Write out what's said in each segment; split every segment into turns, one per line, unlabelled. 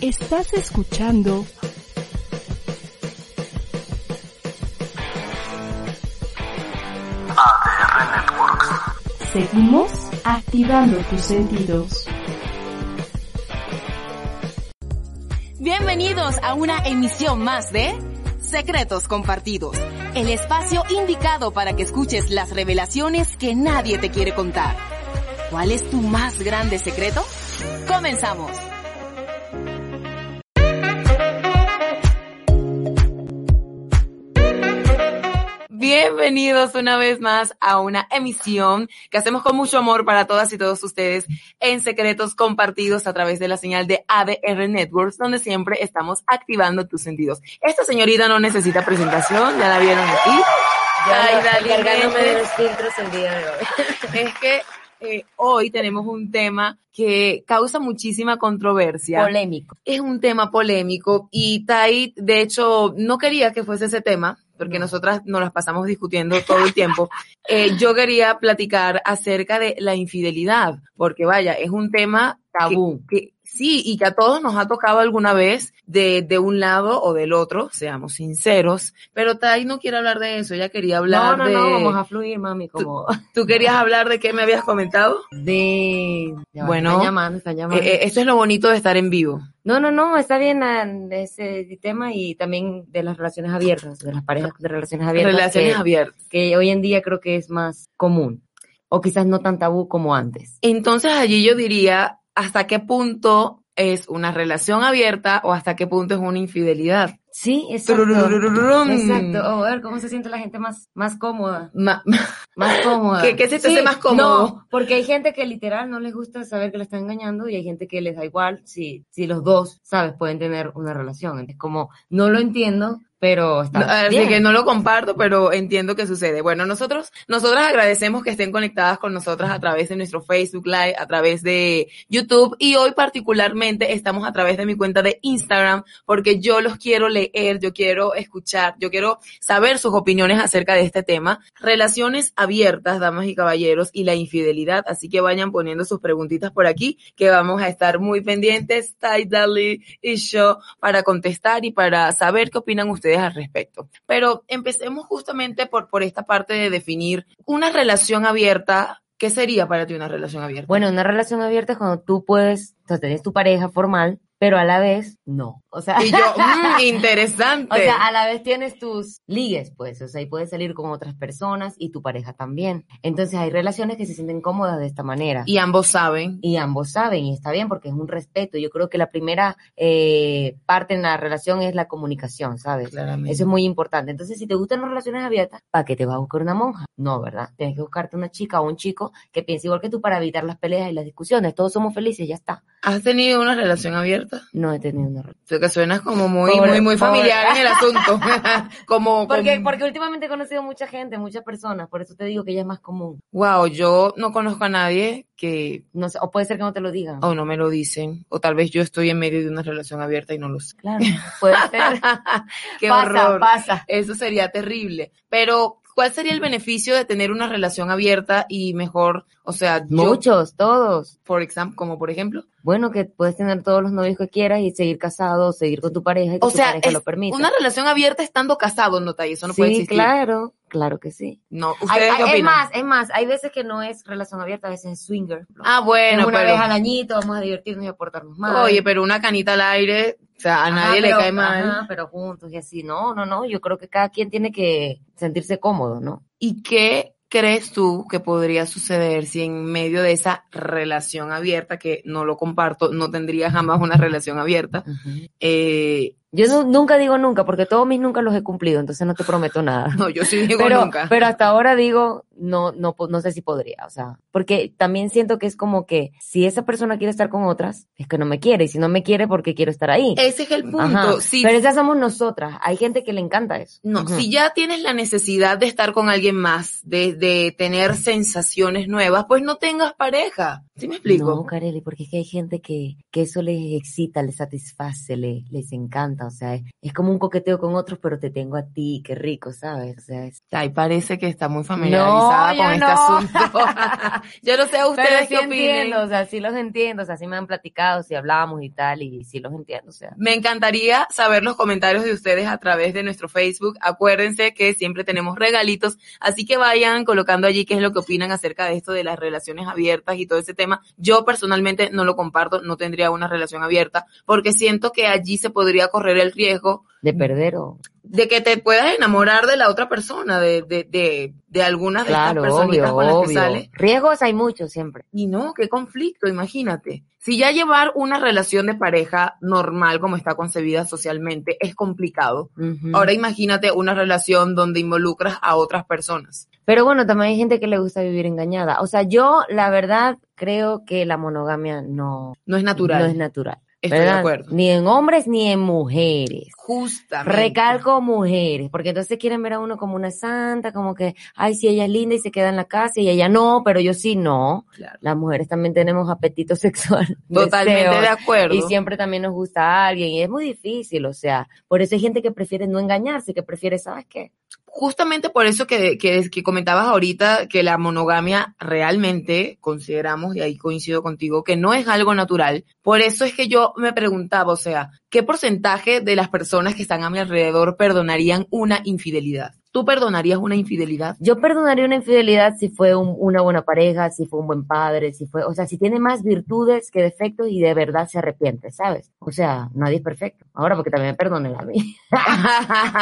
Estás escuchando
ADR Networks.
Seguimos activando tus sentidos.
Bienvenidos a una emisión más de Secretos Compartidos, el espacio indicado para que escuches las revelaciones que nadie te quiere contar. ¿Cuál es tu más grande secreto? Comenzamos.
Bienvenidos una vez más a una emisión que hacemos con mucho amor para todas y todos ustedes en secretos compartidos a través de la señal de ADR Networks, donde siempre estamos activando tus sentidos. Esta señorita no necesita presentación, ya la vieron aquí.
Ay,
Yaida
dale, cargándome
Jiménez.
de los filtros el día de hoy.
Es que eh, hoy tenemos un tema que causa muchísima controversia.
Polémico.
es un tema polémico y Tai, de hecho, no quería que fuese ese tema, porque nosotras nos las pasamos discutiendo todo el tiempo. Eh, yo quería platicar acerca de la infidelidad, porque vaya, es un tema tabú. Que, que sí, y que a todos nos ha tocado alguna vez de, de un lado o del otro, seamos sinceros, pero Tai no quiere hablar de eso, ella quería hablar de...
Ah, a fluir, mami, como
¿Tú querías hablar de qué me habías comentado?
de... Ya va,
Bueno,
Están llamando, están
Eh,
llamando.
eh, esto es lo bonito de estar en vivo.
no, no, no, está bien ah, ese tema y también de las relaciones abiertas, de las parejas de relaciones abiertas.
Relaciones
que,
abiertas.
que hoy en día creo que es más común. O quizás no tan tabú como antes.
Entonces allí yo diría hasta qué punto es una relación abierta o hasta qué punto es una infidelidad.
Sí, exacto.
Turururururum.
Exacto. O a ver cómo se siente la gente más, más cómoda.
Ma-
Más cómoda.
¿Qué- qué se te hace más cómodo?
No, porque hay gente que literal no les gusta saber que la están engañando y hay gente que les da igual si, si los dos, ¿sabes? Pueden tener una relación. Es como, no lo entiendo, pero está
No, Así
bien.
que no lo comparto, pero entiendo que sucede. Bueno, nosotros, nosotras agradecemos que estén conectadas con nosotras a través de nuestro Facebook Live, a través de YouTube y hoy particularmente estamos a través de mi cuenta de Instagram porque yo los quiero leer, yo quiero escuchar, yo quiero saber sus opiniones acerca de este tema. Relaciones abiertas, damas y caballeros, y la infidelidad. Así que vayan poniendo sus preguntitas por aquí que vamos a estar muy pendientes, Tai Dali y yo, para contestar y para saber qué opinan ustedes al respecto. Pero empecemos justamente por, por esta parte de definir una relación abierta. ¿Qué sería para ti una relación abierta?
Bueno, una relación abierta es cuando tú puedes, o sea, tenés tu pareja formal, pero a la vez, no. O sea,
Y yo, mm, interesante.
O sea, ah, a la vez tienes tus ligues, pues, o sea, y puedes salir con otras personas y tu pareja también. Entonces hay relaciones que se sienten cómodas de esta manera.
y ambos saben.
y ambos saben y está bien porque es un respeto. Yo creo que la primera eh, parte en la relación es la comunicación, ¿sabes?
Claramente.
Eso es muy importante. Entonces, si te gustan las relaciones abiertas, ¿para qué te vas a buscar una monja? No, ¿verdad? Tienes que buscarte una chica o un chico que piense igual que tú para evitar las peleas y las discusiones. Todos somos felices, ya está.
¿Has tenido una relación abierta?
No he tenido una relación.
Tú que suenas como muy,
Pobre-
muy, muy familiar en el asunto. como,
Porque,
como-
porque últimamente he conocido mucha gente, muchas personas, por eso te digo que ya es más común.
wow, yo no conozco a nadie que,
No sé, o puede ser que no te lo digan.
o no me lo dicen, o tal vez yo estoy en medio de una relación abierta y no lo sé.
Claro, puede ser.
Qué
pasa,
horror.
pasa.
Eso sería terrible. Pero, ¿cuál sería el beneficio de tener una relación abierta y mejor, o sea, yo,
Muchos, todos.
por exam- como por ejemplo?
Bueno, que puedes tener todos los novios que quieras y seguir casado, seguir con tu pareja y que
O
tu
sea,
pareja
es
lo permita.
una relación abierta estando casado, no, Tay, eso no
sí,
puede existir.
claro, claro que sí.
No, ¿ustedes
Hay- hay-
qué
es
opinan?
más, es más, hay veces que no es relación abierta, a veces es swinger.
ah,
Es
bueno,
una
pero-
vez al añito, vamos a divertirnos y a portarnos mal.
Oye, pero una canita al aire, o sea, a
Ajá,
nadie
pero-
le cae mal.
ajá, pero juntos y así. No, no, no, yo creo que cada quien tiene que sentirse cómodo, ¿no?
¿Y qué crees tú que podría suceder si en medio de esa relación abierta, que no lo comparto, no tendría jamás una relación abierta? Eh,
Yo nu- nunca digo nunca, porque todos mis nunca los he cumplido, entonces no te prometo nada.
no, yo sí digo
pero,
nunca.
pero hasta ahora digo, no, no, po- no sé si podría, o sea, porque también siento que es como que si esa persona quiere estar con otras, es que no me quiere, y si no me quiere, porque quiero estar ahí.
Ese es el punto.
Ajá.
Si,
Pero esas somos nosotras, hay gente que le encanta eso.
no,
Ujú.
si ya tienes la necesidad de estar con alguien más, de, de tener sensaciones nuevas, pues no tengas pareja. ¿Sí me
No,
explico?
Kareli, porque es que hay gente que, que eso les excita, les satisface, les, les encanta, o sea, es, es como un coqueteo con otros, pero te tengo a ti, qué rico, ¿sabes? O sea, es-
Ay, parece que está muy
no, estresada
yo
con este
no.
asunto.
yo no sé a
Pero
ustedes
sí
qué opinan.
entiendo, o sea, sí los entiendo, o sea, sí me han platicado, sí hablábamos y tal, y sí los entiendo, o sea.
Me encantaría saber los comentarios de ustedes a través de nuestro Facebook. Acuérdense que siempre tenemos regalitos, así que vayan colocando allí qué es lo que opinan acerca de esto de las relaciones abiertas y todo ese tema. Yo personalmente no lo comparto, no tendría una relación abierta porque siento que allí se podría correr el riesgo
De perder o...
de que te puedas enamorar de la otra persona, de, de, de, de algunas de estas
Claro,
personitas
obvio,
con las que
obvio.
sales.
Riesgos hay muchos siempre.
Y no, qué conflicto, imagínate. Si ya llevar una relación de pareja normal como está concebida socialmente es complicado,
Ujú.
ahora imagínate una relación donde involucras a otras personas.
Pero bueno, también hay gente que le gusta vivir engañada. O sea, yo la verdad creo que la monogamia no,
No es natural.
no es natural.
Estoy de
¿verdad?
acuerdo.
Ni en hombres ni en mujeres.
Justamente.
Recalco mujeres, porque entonces quieren ver a uno como una santa, como que, ay, si ella es linda y se queda en la casa y ella no, pero yo sí no.
Claro.
Las mujeres también tenemos apetito sexual.
Totalmente
deseos,
de acuerdo.
Y siempre también nos gusta a alguien y es muy difícil, o sea, por eso hay gente que prefiere no engañarse, que prefiere, ¿sabes qué?
Justamente por eso que, que, que comentabas ahorita que la monogamia realmente consideramos, y ahí coincido contigo, que no es algo natural. Por eso es que yo me preguntaba, o sea, ¿qué porcentaje de las personas que están a mi alrededor perdonarían una infidelidad? ¿Tú perdonarías una infidelidad?
Yo perdonaría una infidelidad si fue un- una buena pareja, si fue un buen padre, si fue, o sea, si tiene más virtudes que defectos y de verdad se arrepiente, ¿sabes? O sea, nadie es perfecto. Ahora porque también me perdonen a mí.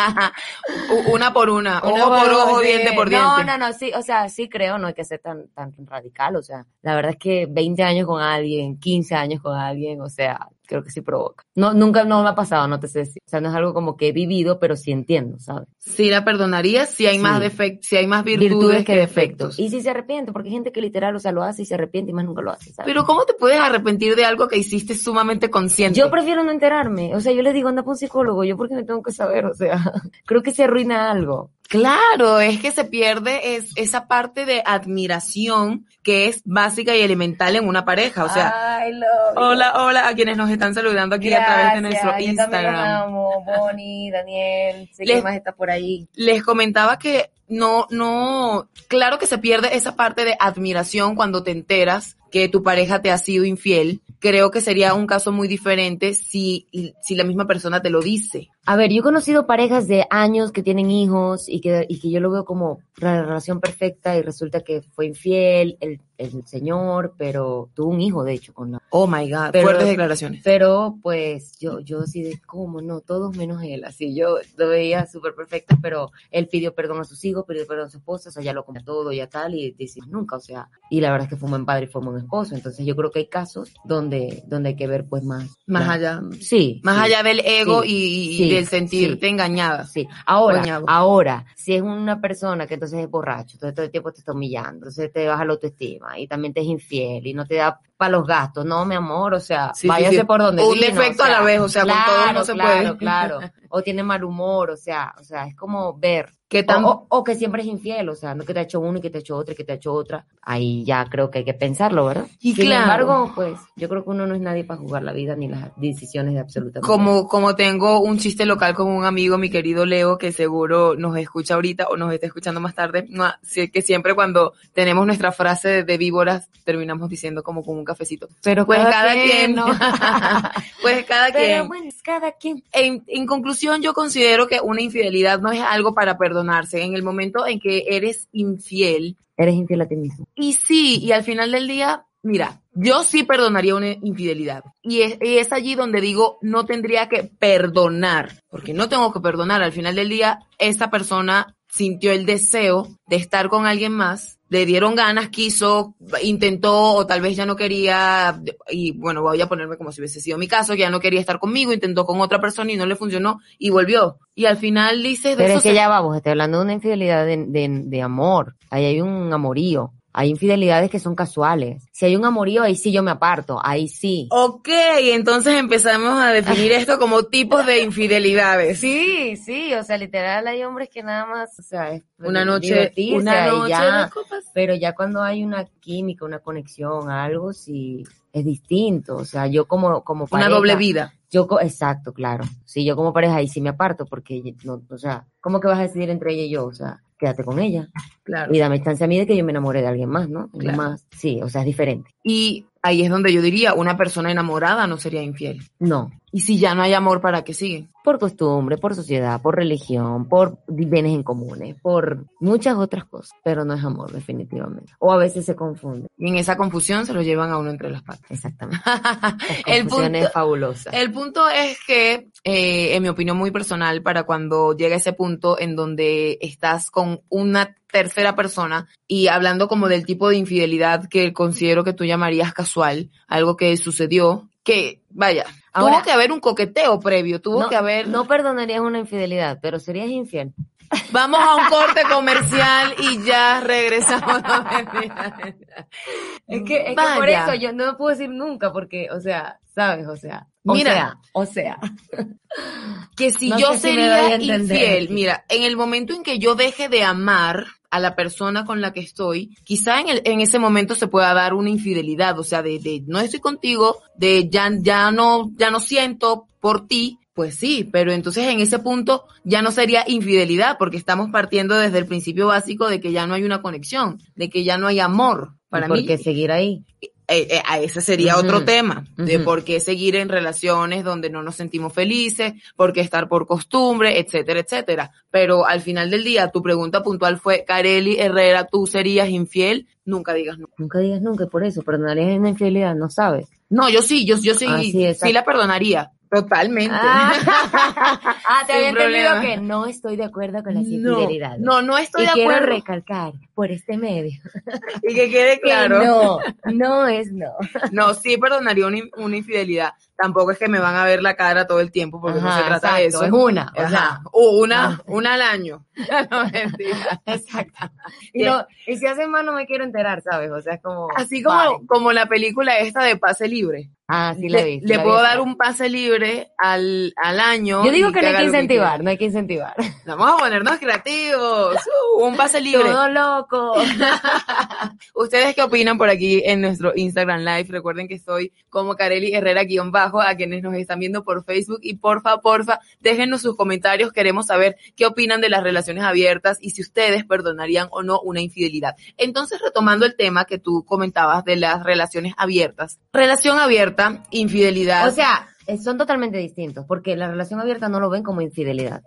U- una por una,
Una
ojo por ojo,
sí.
diente por diente.
No, no, no, sí, o sea, sí creo, no hay que ser tan, tan radical, o sea, la verdad es que 20 años con alguien, 15 años con alguien, o sea, creo que sí provoca. No, nunca, no me ha pasado, no te sé decir. O sea, no es algo como que he vivido, pero sí entiendo, ¿sabes?
Sí la perdonarías si hay
Sí.
más defectos, si hay más virtudes, que defectos.
Y si se arrepiente, porque hay gente que literal, o sea, lo hace y se arrepiente y más nunca lo hace, ¿sabes?
Pero ¿cómo te puedes arrepentir de algo que hiciste sumamente consciente?
Yo prefiero no enterarme. O sea, yo le digo, anda para un psicólogo. Yo porque me tengo que saber. O sea, creo que se arruina algo.
Claro, es que se pierde es, esa parte de admiración que es básica y elemental en una pareja. O sea,
Ay, lo.
hola, hola a quienes nos están saludando aquí a través de nuestro Instagram.
amo. Bonnie, Daniel. Sé
Les-
más está por ahí.
Les comentaba que no, no, claro que se pierde esa parte de admiración cuando te enteras que tu pareja te ha sido infiel. Creo que sería un caso muy diferente si, si la misma persona te lo dice.
A ver, yo he conocido parejas de años que tienen hijos y que, y que yo lo veo como la relación perfecta y resulta que fue infiel el, el señor, pero tuvo un hijo, de hecho, con la...
Oh my God,
Pero-
fuertes declaraciones.
Pero pues yo, yo así de cómo no, todos menos él, así yo lo veía súper perfecto, pero él pidió perdón a sus hijos, pidió perdón a su esposa, o sea, ya lo compró todo, ya tal, y dice nunca, o sea, y la verdad es que fue un buen padre y fue un buen esposo, entonces yo creo que hay casos donde, donde hay que ver pues más.
Más
la-
allá,
Sí.
más
sí,
allá del ego
sí,
y, y
sí,
del sentirte
sí.
engañada.
Sí, ahora,
Coñago.
ahora, si es una persona que entonces es borracho, entonces todo el tiempo te está humillando, entonces te baja la autoestima y también te es infiel y no te da para los gastos, no, mi amor, o sea,
Sí, sí,
váyase
sí.
por donde
Un
vino,
defecto
o sea,
a la vez, o sea,
claro,
con todo no se
claro,
puede.
Claro, o tiene mal humor, o sea, o sea, es como ver,
¿Qué
o,
tan,
o- o que siempre es infiel, o sea, no que te ha hecho uno y que te ha hecho otro y que te ha hecho otra, ahí ya creo que hay que pensarlo, ¿verdad?
Y
Sin
claro.
embargo, pues, yo creo que uno no es nadie para jugar la vida ni las decisiones de absolutamente
como, como tengo un chiste local con un amigo, mi querido Leo, que seguro nos escucha ahorita o nos está escuchando más tarde, ¡mua! Sí, que siempre cuando tenemos nuestra frase de, de víboras terminamos diciendo como con un cafecito.
Pero
Pues
cada
cada,
quien,
quien,
¿no?
pues cada
Pero
quien.
bueno, es cada quien.
en, en conclusión, yo considero que una infidelidad no es algo para perdonarse. En el momento en que eres infiel,
Eres infiel a ti mismo.
Y sí, y al final del día, mira, yo sí perdonaría una infidelidad. Y es, y es allí donde digo, no tendría que perdonar, porque no tengo que perdonar. Al final del día, esa persona sintió el deseo de estar con alguien más, le dieron ganas, quiso, intentó o tal vez ya no quería, y bueno, voy a ponerme como si hubiese sido mi caso, ya no quería estar conmigo, intentó con otra persona y no le funcionó y volvió. Y al final dices, de
Pero
eso
es que
se-
ya vamos, estoy hablando de una infidelidad de, de- de amor. Ahí hay un amorío. Hay infidelidades que son casuales. Si hay un amorío, ahí sí yo me aparto. Ahí sí.
Ok, entonces empezamos a definir esto como tipos de infidelidades.
Sí, sí, o sea, literal hay hombres que nada más, o sea, es
Una noche,
divertirse,
una
ahí
noche
ya.
de copas.
Pero ya cuando hay una química, una conexión, algo, sí, es distinto. O sea, yo como, como
Una
pareja-
doble vida.
Yo, co- exacto, claro. Sí, yo como pareja ahí sí me aparto porque, no, o sea, ¿cómo que vas a decidir entre ella y yo? O sea, quédate con ella.
Claro.
Y dame chance a mí de que yo me enamore de alguien más, ¿no? Alguien
Claro.
más. Sí, o sea, es diferente.
Y ahí es donde yo diría, una persona enamorada no sería infiel.
No,
Y si ya no hay amor, ¿para qué siguen?
por costumbre, por sociedad, por religión, por bienes en comunes, por muchas otras cosas, pero no es amor definitivamente. O a veces se confunde.
Y en esa confusión se lo llevan a uno entre las patas.
Exactamente.
el, punto,
es fabulosa.
el punto es que, eh, en mi opinión muy personal, para cuando llega ese punto en donde estás con una tercera persona y hablando como del tipo de infidelidad que considero que tú llamarías casual, algo que sucedió, que vaya,
Ahora-
tuvo que haber un coqueteo previo, tuvo
no,
que haber...
no perdonarías una infidelidad, pero serías infiel.
Vamos a un corte comercial y ya regresamos. No, mentira.
Es que, es que por
Vaya.
eso yo no lo puedo decir nunca, porque, o sea, sabes, o sea. O
Mira.
sea, o sea.
que si
No
yo
sé si me doy a
sería
entender.
infiel, mira, en el momento en que yo deje de amar a la persona con la que estoy, quizá en, el- en ese momento se pueda dar una infidelidad, o sea, de, de no estoy contigo, de ya, ya no, ya no siento por ti, pues sí, pero entonces en ese punto ya no sería infidelidad, porque estamos partiendo desde el principio básico de que ya no hay una conexión, de que ya no hay amor. Para mí,
porque seguir ahí.
eh, eh, a ese sería
Ujú,
otro tema, de
ujú.
por qué seguir en relaciones donde no nos sentimos felices, por qué estar por costumbre, etcétera, etcétera. Pero al final del día, tu pregunta puntual fue, Careli Herrera, ¿tú serías infiel? Nunca digas no.
Nunca digas nunca, y por eso, perdonarías una infidelidad, no sabes.
No, yo sí, yo, yo sí,
Ah, sí, exacto.
sí la perdonaría. Totalmente.
Ah, te había
Sin
entendido
problema.
que no estoy de acuerdo con las
No,
infidelidades.
no, no estoy
y
de
quiero
acuerdo.
recalcar por este medio
Y que quede claro.
que no, no es no.
No, sí perdonaría una, in- una infidelidad. Tampoco es que me van a ver la cara todo el tiempo, porque no se
Ajá,
trata de
exacto,
eso.
Es una, o
Ajá. O una, una al año. No, mentira.
Exacto. sea, y,
Bien.
no- y si hacen más no me quiero enterar, ¿sabes? O sea, es como...
Así
bye.
como, como la película esta de pase libre.
Ah, sí la
le
vi. sí
le
la vi,
puedo
sí la
dar
vi.
un pase libre al, al año.
Yo digo
y
que no hay
haga
que
lo
incentivar,
quiera.
no hay que incentivar.
Vamos a ponernos creativos. Uh, un pase libre.
Todo loco.
¿Ustedes qué opinan por aquí en nuestro Instagram Live? Recuerden que soy como Careli Herrera guión bajo, a quienes nos están viendo por Facebook y porfa, porfa, déjenos sus comentarios, queremos saber qué opinan de las relaciones abiertas y si ustedes perdonarían o no una infidelidad. Entonces, retomando el tema que tú comentabas de las relaciones abiertas. Relación abierta, infidelidad,
O sea, eh, son totalmente distintos, porque la relación abierta no lo ven como infidelidad.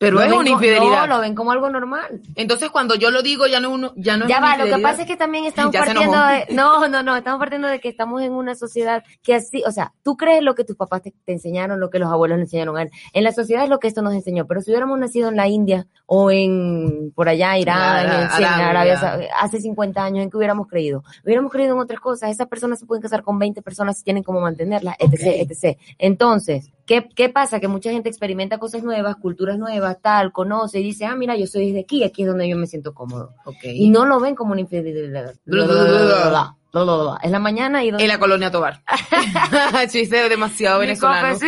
pero
Lo
es
ven
una
co-
infidelidad.
No, lo ven como algo normal.
Entonces, cuando yo lo digo, ya no, uno, ya no es
Ya
una
va, lo que
infidelidad.
pasa es que también estamos
Ya se
partiendo
enojó.
de, no, no, no, estamos partiendo de que estamos en una sociedad que así, o sea, tú crees lo que tus papás te, te enseñaron, lo que los abuelos le enseñaron a él. En la sociedad es lo que esto nos enseñó, pero si hubiéramos nacido en la India o en, por allá, Irán,
Ara-
en, sí, en
Arabia.
Arabia, Saudí, hace 50 años, ¿en qué hubiéramos creído? Hubiéramos creído en otras cosas, esas personas se pueden casar con 20 personas si tienen cómo mantenerlas, etc, etc. Entonces, ¿qué, ¿qué pasa? Que mucha gente experimenta cosas nuevas, culturas nuevas, tal, conoce y dice, ah, mira, yo soy de aquí, aquí es donde yo me siento cómodo
Ok.
y no lo ven como una infidelidad.
Bla, bla, bla, bla, bla.
Bla, bla, bla. Es la mañana y
En la colonia Tobar. Chiste demasiado venezolano.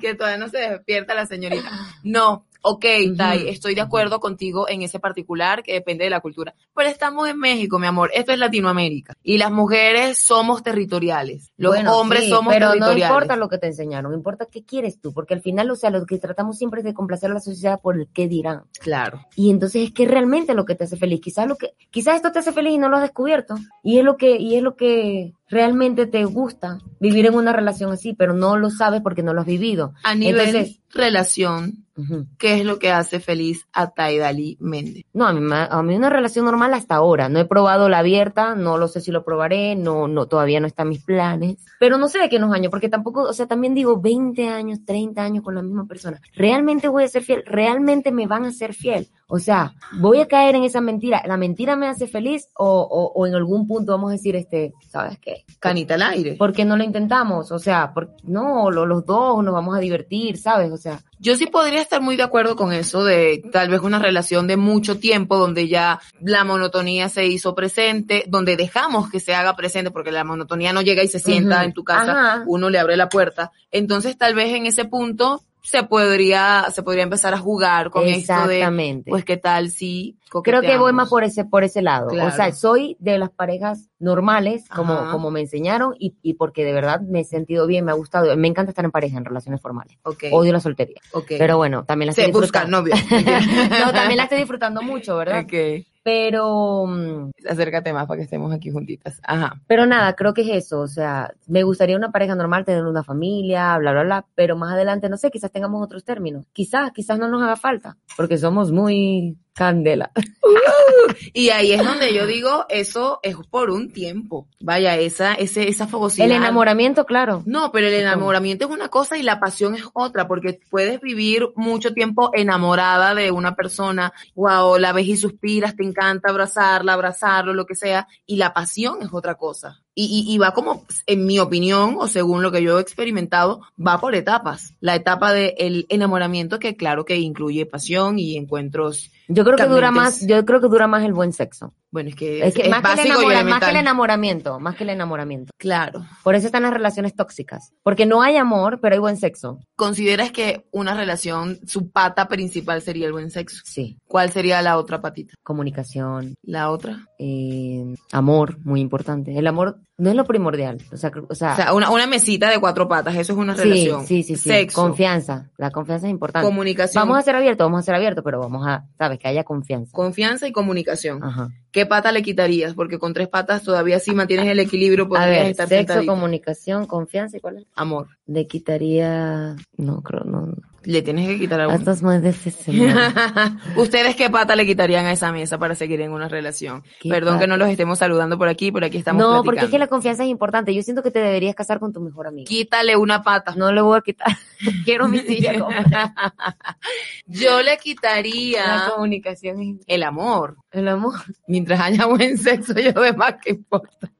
que todavía no se despierta la señorita. No, ok, Tai,
Ujú.
estoy de acuerdo contigo en ese particular que depende de la cultura. Pero estamos en México, mi amor. Esto es Latinoamérica. Y las mujeres somos territoriales. Los
Bueno,
hombres
sí,
somos
pero no
territoriales.
importa lo que te enseñaron, importa qué quieres tú, porque al final, o sea, lo que tratamos siempre es de complacer a la sociedad por el qué dirán.
Claro.
Y entonces es que realmente lo que te hace feliz, quizás lo que, quizás esto te hace feliz y no lo has descubierto. Y es lo que, y es lo que realmente te gusta vivir en una relación así, pero no lo sabes porque no lo has vivido.
A nivel
Entonces-
relación,
Ujú.
¿qué es lo que hace feliz a Tai Dalí Méndez?
No, a mí, ma- a mí una relación normal hasta ahora. No he probado la abierta, no lo sé si lo probaré, no, no, todavía no están mis planes. Pero no sé de qué nos años, porque tampoco, o sea, también digo 20 años, 30 años con la misma persona. ¿Realmente voy a ser fiel? ¿Realmente me van a ser fiel? O sea, ¿voy a caer en esa mentira? ¿La mentira me hace feliz? O, o, o en algún punto vamos a decir, este, ¿sabes qué?
Canita al aire.
¿Por qué no lo intentamos? O sea, por, no, lo- los dos nos vamos a divertir, ¿sabes? O sea,
Yo sí podría estar muy de acuerdo con eso de tal vez una relación de mucho tiempo donde ya la monotonía se hizo presente, donde dejamos que se haga presente porque la monotonía no llega y se sienta
Ujú.
en tu casa,
Ajá.
uno le abre la puerta. Entonces tal vez en ese punto se podría, se podría empezar a jugar con esto de,
Exactamente.
pues qué tal si
Creo que voy más
coqueteamos?
por ese, por ese lado. O sea,
Claro.
soy de las parejas normales, como,
Ajá.
como me enseñaron, y, y porque de verdad me he sentido bien, me ha gustado. Me encanta estar en pareja, en relaciones formales.
Ok,
Odio la soltería.
ok.
Pero bueno, también la estoy
se busca
disfrutando.
novio.
No, también la estoy disfrutando mucho, ¿verdad?
ok.
Pero, mm,
Acércate más para que estemos aquí juntitas. Ajá.
pero nada, creo que es eso. O sea, me gustaría una pareja normal, tener una familia, bla, bla, bla. Pero más adelante, no sé, quizás tengamos otros términos. Quizás, quizás no nos haga falta, porque somos muy candela.
Y ahí es donde yo digo, eso es por un tiempo. Vaya, esa, ese, esa fogosidad.
El enamoramiento, claro.
No, pero el
¿Cómo?
enamoramiento es una cosa y la pasión es otra, porque puedes vivir mucho tiempo enamorada de una persona, wow, la ves y suspiras, te encanta abrazarla, abrazarlo, lo que sea, y la pasión es otra cosa. Y, y, y va como, en mi opinión, o según lo que yo he experimentado, va por etapas. La etapa del enamoramiento, que claro que incluye pasión y encuentros.
Yo creo que dura
También
más,
es-
yo creo que dura más el buen sexo.
Bueno, es que es,
Es que,
es
más, que el
básico y
enamora- más que el
elemental.
enamoramiento, más que el enamoramiento.
Claro.
Por eso están las relaciones tóxicas. Porque no hay amor, pero hay buen sexo.
¿Consideras que una relación, su pata principal sería el buen sexo?
Sí.
¿Cuál sería la otra patita?
Comunicación,
La otra.
eh, amor, muy importante. El amor no es lo primordial. O sea, cr- o sea,
O sea, una, una mesita de cuatro patas, eso es una
sí,
relación.
sí, sí, sí.
Sexo,
Confianza. La confianza es importante.
comunicación.
Vamos a ser abiertos, vamos a ser abiertos, pero vamos a, sabes, que haya confianza.
Confianza y comunicación.
Ajá.
¿Qué pata le quitarías? Porque con tres patas todavía sí mantienes Pues el equilibrio,
A
podrías
ver,
estar
sexo,
sentadita.
comunicación, confianza y cuál es.
Amor.
Le quitaría, no creo, no.
Le tienes que quitar algo.
Esto es más difícil. ¿no?
¿Ustedes qué pata le quitarían a esa mesa para seguir en una relación?
¿Qué
Perdón que no
pata?
los estemos saludando por aquí, pero aquí estamos
no,
platicando.
porque es que la confianza es importante. Yo siento que te deberías casar con tu mejor amigo.
Quítale una pata.
No le voy a quitar. Quiero mi silla completa.
Yo le
La
quitaría
comunicación es
el amor.
el amor.
Mientras haya buen sexo, yo demás que importa.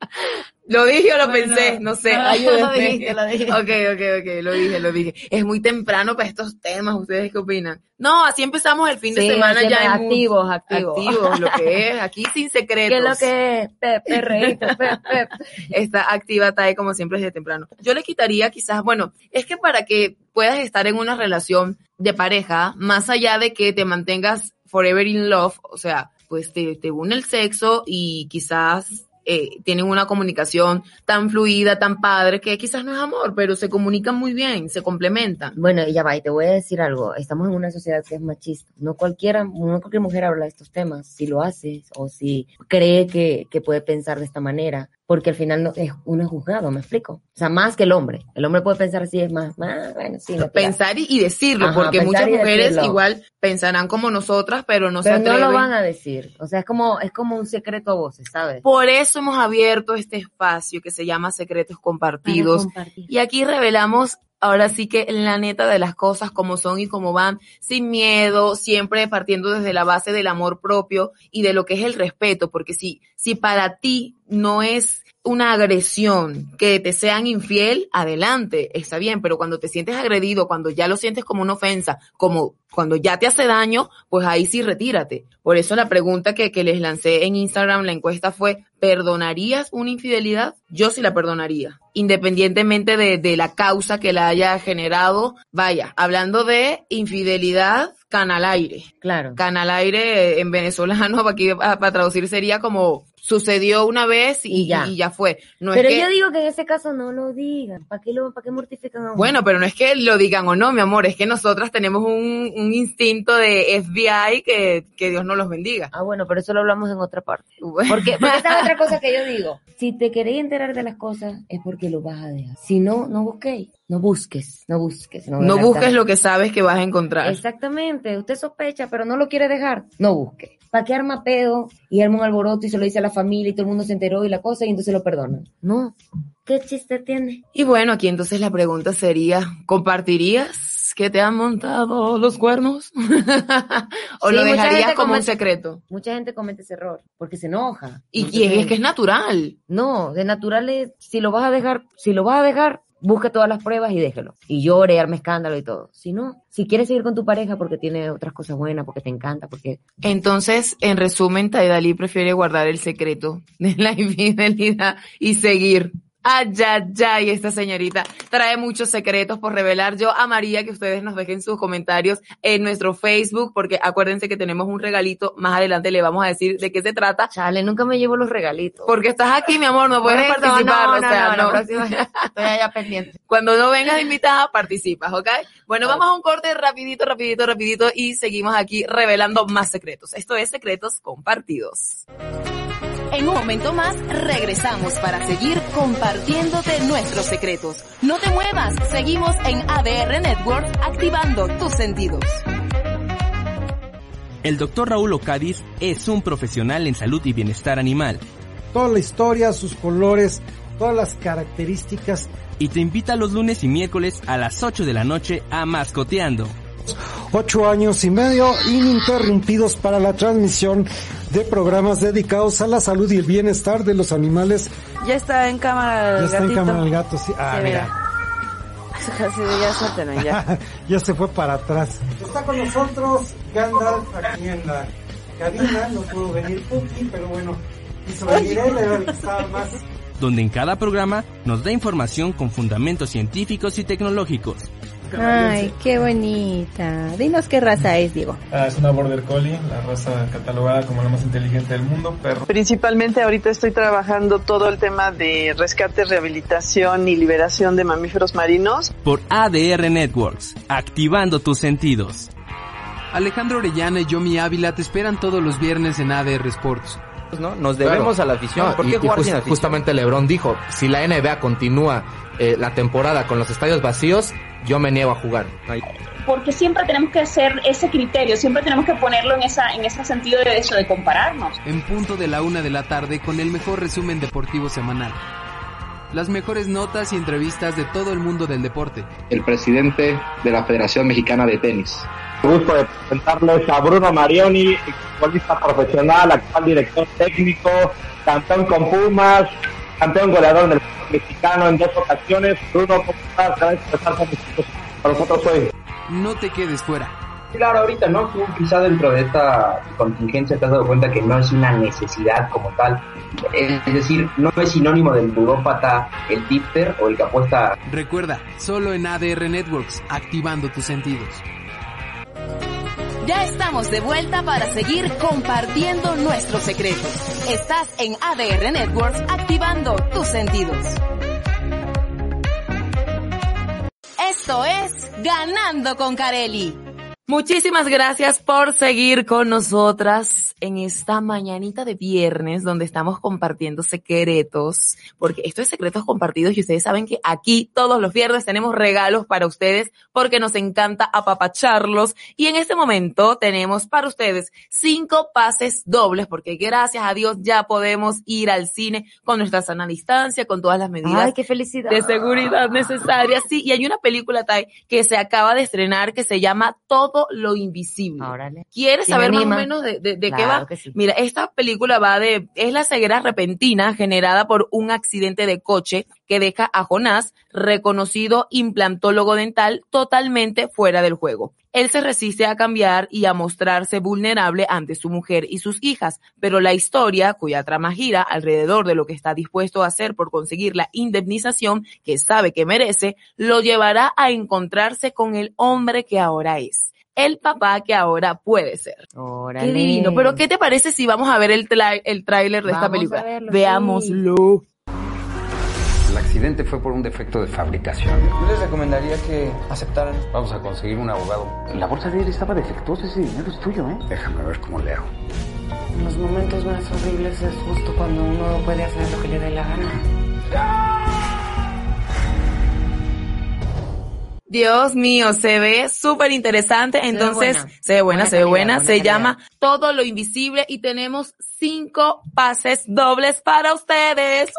Lo dije o lo pensé, no sé, ayúdenme.
ah, lo dijiste.
Ok, ok, ok, lo dije, lo dije. Es muy temprano para estos temas, ¿ustedes qué opinan? No, así empezamos el fin de
Sí,
semana
siempre
ya en Mood.
activos, activos.
activos, lo que es, aquí sin secretos.
¿Qué es lo que es? Pep, perreíto, pep, pep.
Está activa TAE como siempre desde temprano. Yo le quitaría quizás, bueno, es que para que puedas estar en una relación de pareja, más allá de que te mantengas forever in love, o sea, pues te, te une el sexo y quizás eh, tienen una comunicación tan fluida, tan padre, que quizás no es amor, pero se comunican muy bien, se complementan.
Bueno, y ya va, y te voy a decir algo. Estamos en una sociedad que es machista. No cualquiera, no cualquier mujer habla de estos temas, si lo hace o si cree que, que puede pensar de esta manera, porque al final no, es, uno es juzgado, ¿me explico? O sea, más que el hombre. El hombre puede pensar así, es más, más bueno, sí, la tira.
Pensar y, y decirlo,
Ajá,
porque
pensar
muchas
y
mujeres
decirlo.
igual pensarán como nosotras, pero no
pero
se
no
atreven.
lo van a decir. O sea, es como, es como un secreto a voces, ¿sabes?
Por eso hemos abierto este espacio que se llama Secretos Compartidos, Y aquí revelamos ahora sí que la neta de las cosas como son y como van, sin miedo, siempre partiendo desde la base del amor propio y de lo que es el respeto, porque si, si para ti no es una agresión que te sean infiel, adelante, está bien, pero cuando te sientes agredido, cuando ya lo sientes como una ofensa, como cuando ya te hace daño, pues ahí sí retírate. Por eso la pregunta que, que les lancé en Instagram, la encuesta fue, ¿perdonarías una infidelidad? Yo sí la perdonaría, independientemente de, de la causa que la haya generado. Vaya, hablando de infidelidad, canal aire.
Claro.
Canal aire eh, en venezolano, para, aquí, pa- para traducir, sería como sucedió una vez y,
Y ya.
y ya fue. No
Pero
es que,
yo digo que en ese caso no lo digan. ¿Para qué, lo, para qué mortifican a uno?
Bueno, pero no es que lo digan o no, mi amor, es que nosotras tenemos un, un instinto de FBI que, que Dios no los bendiga.
Ah, bueno, pero eso lo hablamos en otra parte.
Bueno,
Porque, porque esa es otra cosa que yo digo. Si te queréis enterar de las cosas, es porque lo vas a dejar. Si no, no busquéis. No busques, no busques.
No busques lo que sabes que vas a encontrar.
Exactamente. Usted sospecha, pero no lo quiere dejar. No busque. ¿Para qué arma pedo y arma un alboroto y se lo dice a la familia y todo el mundo se enteró y la cosa y entonces lo perdonan? No. ¿Qué chiste tiene?
Y bueno, aquí entonces la pregunta sería, ¿compartirías que te han montado los cuernos? ¿O
Sí,
lo
mucha
dejarías
gente
como un
comete-
secreto?
Mucha gente comete ese error porque se enoja.
Y, y
Entonces,
es que es natural.
No, de natural es, si lo vas a dejar, si lo vas a dejar, busca todas las pruebas y déjelo. Y llore, arme escándalo y todo. Si no, si quieres seguir con tu pareja porque tiene otras cosas buenas, porque te encanta, porque...
Entonces, en resumen, Taidalí prefiere guardar el secreto de la infidelidad y seguir Ay, ay, ay, esta señorita trae muchos secretos por revelar. Yo amaría que ustedes nos dejen sus comentarios en nuestro Facebook, porque acuérdense que tenemos un regalito. Más adelante le vamos a decir de qué se trata.
Chale, nunca me llevo los regalitos.
Porque estás aquí, mi amor, no puedes
Por eso,
participar.
no,
o
no,
sea,
no, la
no.
próxima- estoy allá pendiente.
Cuando no vengas de invitada, participas, ¿ok? Bueno,
Ok.
vamos a un corte rapidito, rapidito, rapidito y seguimos aquí revelando más secretos. Esto es Secretos Compartidos.
En un momento más regresamos para seguir compartiéndote nuestros secretos. No te muevas, seguimos en ADR Network activando tus sentidos.
El doctor Raúl Ocadiz es un profesional en salud y bienestar animal
toda la historia, sus colores, todas las características.
y te invita los lunes y miércoles a las 8 de la noche a Mascoteando.
Ocho años y medio ininterrumpidos para la transmisión de programas dedicados a la salud y el bienestar de los animales.
Ya está en cámara
Ya
el
está en
gatito.
cámara el gato, sí. Ah,
Sí,
mira.
Así de ya suéltenlo, ya.
ya se fue para atrás. Está con nosotros Gandalf aquí en la cabina. No pudo venir Puki, pero bueno, Israel era el que estaba más.
donde en cada programa nos da información con fundamentos científicos y tecnológicos.
Ay, qué bonita. Dinos qué raza es, Diego.
Ah, es una Border Collie, la raza catalogada como la más inteligente del mundo, perro.
Principalmente ahorita estoy trabajando todo el tema de rescate, rehabilitación y liberación de mamíferos marinos.
Por ADR Networks, activando tus sentidos. Alejandro Orellana y Yomi Ávila te esperan todos los viernes en ADR Sports.
¿no? Nos debemos a la afición. ¿Por qué jugar sin afición? Justamente Lebron dijo, si la NBA continúa eh, la temporada con los estadios vacíos, yo me niego a jugar.
porque siempre tenemos que hacer ese criterio, siempre tenemos que ponerlo en esa en ese sentido de eso de compararnos.
en punto de la una de la tarde con el mejor resumen deportivo semanal. Las mejores notas y entrevistas de todo el mundo del deporte.
el presidente de la Federación Mexicana de Tenis. Gusto de presentarles a Bruno Marioni, futbolista profesional, actual director técnico, campeón con Pumas, campeón goleador del fútbol mexicano en dos ocasiones. Bruno, ¿cómo estás? Gracias por estar con nosotros, con nosotros hoy.
No te quedes fuera.
Claro, ahorita, ¿no? Tú quizá dentro de esta contingencia te has dado cuenta que no es una necesidad como tal. Es decir, no es sinónimo del ludópata, el tipster o el que apuesta
Recuerda, solo en ADR Networks, activando tus sentidos.
Ya estamos de vuelta para seguir compartiendo nuestros secretos. Estás en ADR Networks activando tus sentidos. Esto es Ganando con Carelli.
Muchísimas gracias por seguir con nosotras en esta mañanita de viernes donde estamos compartiendo secretos, porque esto es secretos compartidos y ustedes saben que aquí todos los viernes tenemos regalos para ustedes porque nos encanta apapacharlos y en este momento tenemos para ustedes cinco pases dobles porque gracias a Dios ya podemos ir al cine con nuestra sana distancia, con todas las medidas
Ay, qué felicidad.
de seguridad necesaria. Sí, y hay una película Tai que se acaba de estrenar que se llama Todo lo Invisible. ¿Quieres
Sí, me
saber más o
anima.
menos de, de- de qué
Claro
va?
que sí.
Mira, esta película va de, es la ceguera repentina generada por un accidente de coche que deja a Jonás, reconocido implantólogo dental, totalmente fuera del juego. Él se resiste a cambiar y a mostrarse vulnerable ante su mujer y sus hijas, pero la historia, cuya trama gira alrededor de lo que está dispuesto a hacer por conseguir la indemnización que sabe que merece, lo llevará a encontrarse con el hombre que ahora es, el papá que ahora puede ser. Qué
Órale.
divino. Pero ¿qué te parece si vamos a ver el, tra- el tráiler de esta
Vamos a
película?
verlo,
Veámoslo.
El accidente fue por un defecto de fabricación.
Yo les recomendaría que aceptaran.
Vamos a conseguir un abogado. La bolsa de él estaba defectuosa, ese dinero es tuyo, ¿eh? Déjame ver cómo leo.
En los momentos más horribles es justo cuando uno puede hacer lo que le dé la gana.
Dios mío, se ve súper interesante. Entonces,
buena.
se ve buena,
Buena
se ve
calidad,
buena.
buena
Se
calidad.
llama Todo lo Invisible y tenemos cinco pases dobles para ustedes.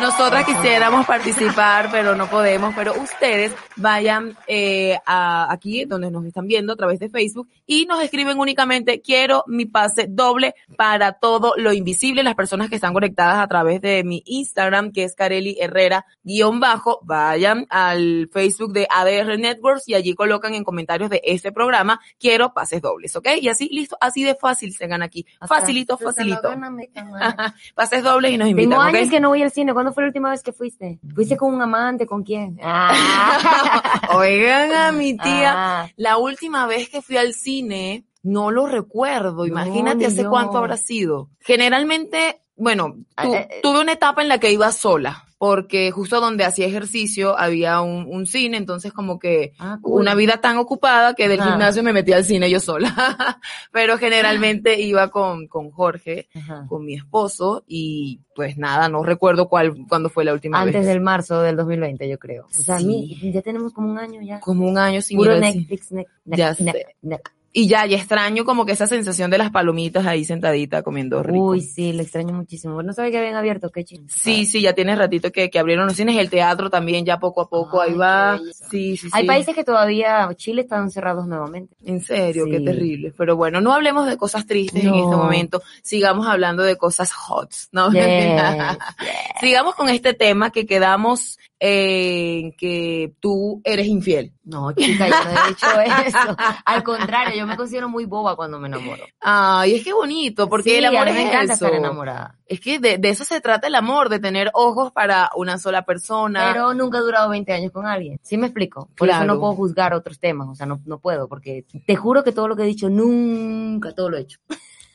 Nosotras quisiéramos participar, pero no podemos, pero ustedes vayan eh, a aquí donde nos están viendo a través de Facebook y nos escriben únicamente quiero mi pase doble para todo lo invisible. Las personas que están conectadas a través de mi Instagram, que es Careli Herrera, guión bajo, vayan al Facebook de ADR Networks y allí colocan en comentarios de este programa quiero pases dobles, ¿ok? Y así, listo, así de fácil se gana aquí.
O sea,
facilito,
se lo
facilito.
gana, me cae mal.
Pases dobles y nos
Tengo
invitan, ¿ok?
años que no voy al cine. ¿Cuándo ¿Cuándo fue la última vez que fuiste? ¿Fuiste con un amante? ¿Con quién? Ah.
Oigan a mi tía, la última vez que fui al cine, no lo recuerdo. Imagínate hace
yo.
cuánto habrá sido. Generalmente, bueno, tu-
eh, eh.
tuve una etapa en la que iba sola. Porque justo donde hacía ejercicio había un, un cine, entonces como que
Ah, cool.
una vida tan ocupada que del
Ajá.
gimnasio me metía al cine yo sola. Pero generalmente iba con, con Jorge, con mi esposo, y pues nada, no recuerdo cuál, cuándo fue la última vez.
Antes del marzo del 2020, yo creo. O sea,
Sí.
mi- ya tenemos como un año ya.
Como un año sin ir
Puro
al cine.
Netflix, ne- ne-
Ya
ne-
sé.
ne-
Y ya, ya extraño como que esa sensación de las palomitas ahí sentadita comiendo rico.
Uy, sí, lo extraño muchísimo. No sabía que habían abierto, qué chingón.
Sí, sí, ya tienes ratito que, que abrieron los cines, el teatro también ya poco a poco, ahí va. Sí, sí,
Hay
sí.
países que todavía, Chile están cerrados nuevamente.
En serio, qué
Sí.
terrible. Pero bueno, no hablemos de cosas tristes en
No.
este momento, sigamos hablando de cosas hot. No,
Yes,
mentira. Sigamos con este tema que quedamos en que tú eres infiel.
No, chica, yo no he hecho eso. Al contrario, yo me considero muy boba cuando me enamoro.
Ay, es que bonito, porque
Sí,
el amor
a mí me
es
encanta
eso.
estar enamorada.
Es que de, de eso se trata el amor, de tener ojos para una sola persona.
Pero nunca he durado 20 años con alguien. ¿Sí me explico? Por eso
Claro.
no puedo juzgar otros temas. O sea, no, no puedo, porque te juro que todo lo que he dicho, nunca todo lo he hecho.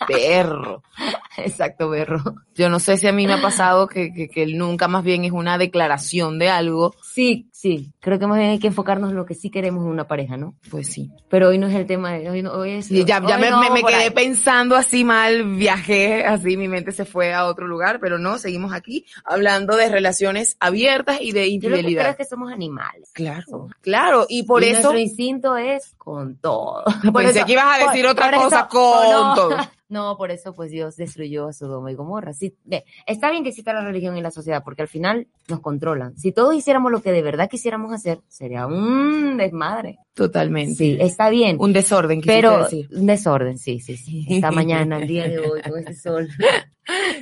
Perro.
Exacto, berro.
Yo no sé si a mí me ha pasado que, que, que el nunca más bien es una declaración de algo.
Sí, sí. Creo que más bien hay que enfocarnos en lo que sí queremos en una pareja, ¿no?
Pues sí.
Pero hoy no es el tema. de- Hoy no, hoy es,
Y ya ya
hoy
me,
no
me- me
vamos por
quedé
ahí.
pensando así mal, viajé, así mi mente se fue a otro lugar, pero no, seguimos aquí hablando de relaciones abiertas y de
Yo lo que creo es
infidelidad.
que somos animales.
Claro, claro, Oh, y por
Y
eso
Nuestro instinto es con todo. Por
pensé
eso-
que ibas a decir
por-
otra
por
cosa,
eso- oh,
con
no.
todo.
No, por eso pues Dios destruyó a Sodoma y Gomorra. Sí, ve, está bien que exista la religión y la sociedad porque al final nos controlan. Si todos hiciéramos lo que de verdad quisiéramos hacer, sería un desmadre.
Totalmente.
Sí, está bien.
Un desorden, quisiste
pero
decir.
un desorden, sí, sí, sí. Esta mañana, el día de hoy, con este sol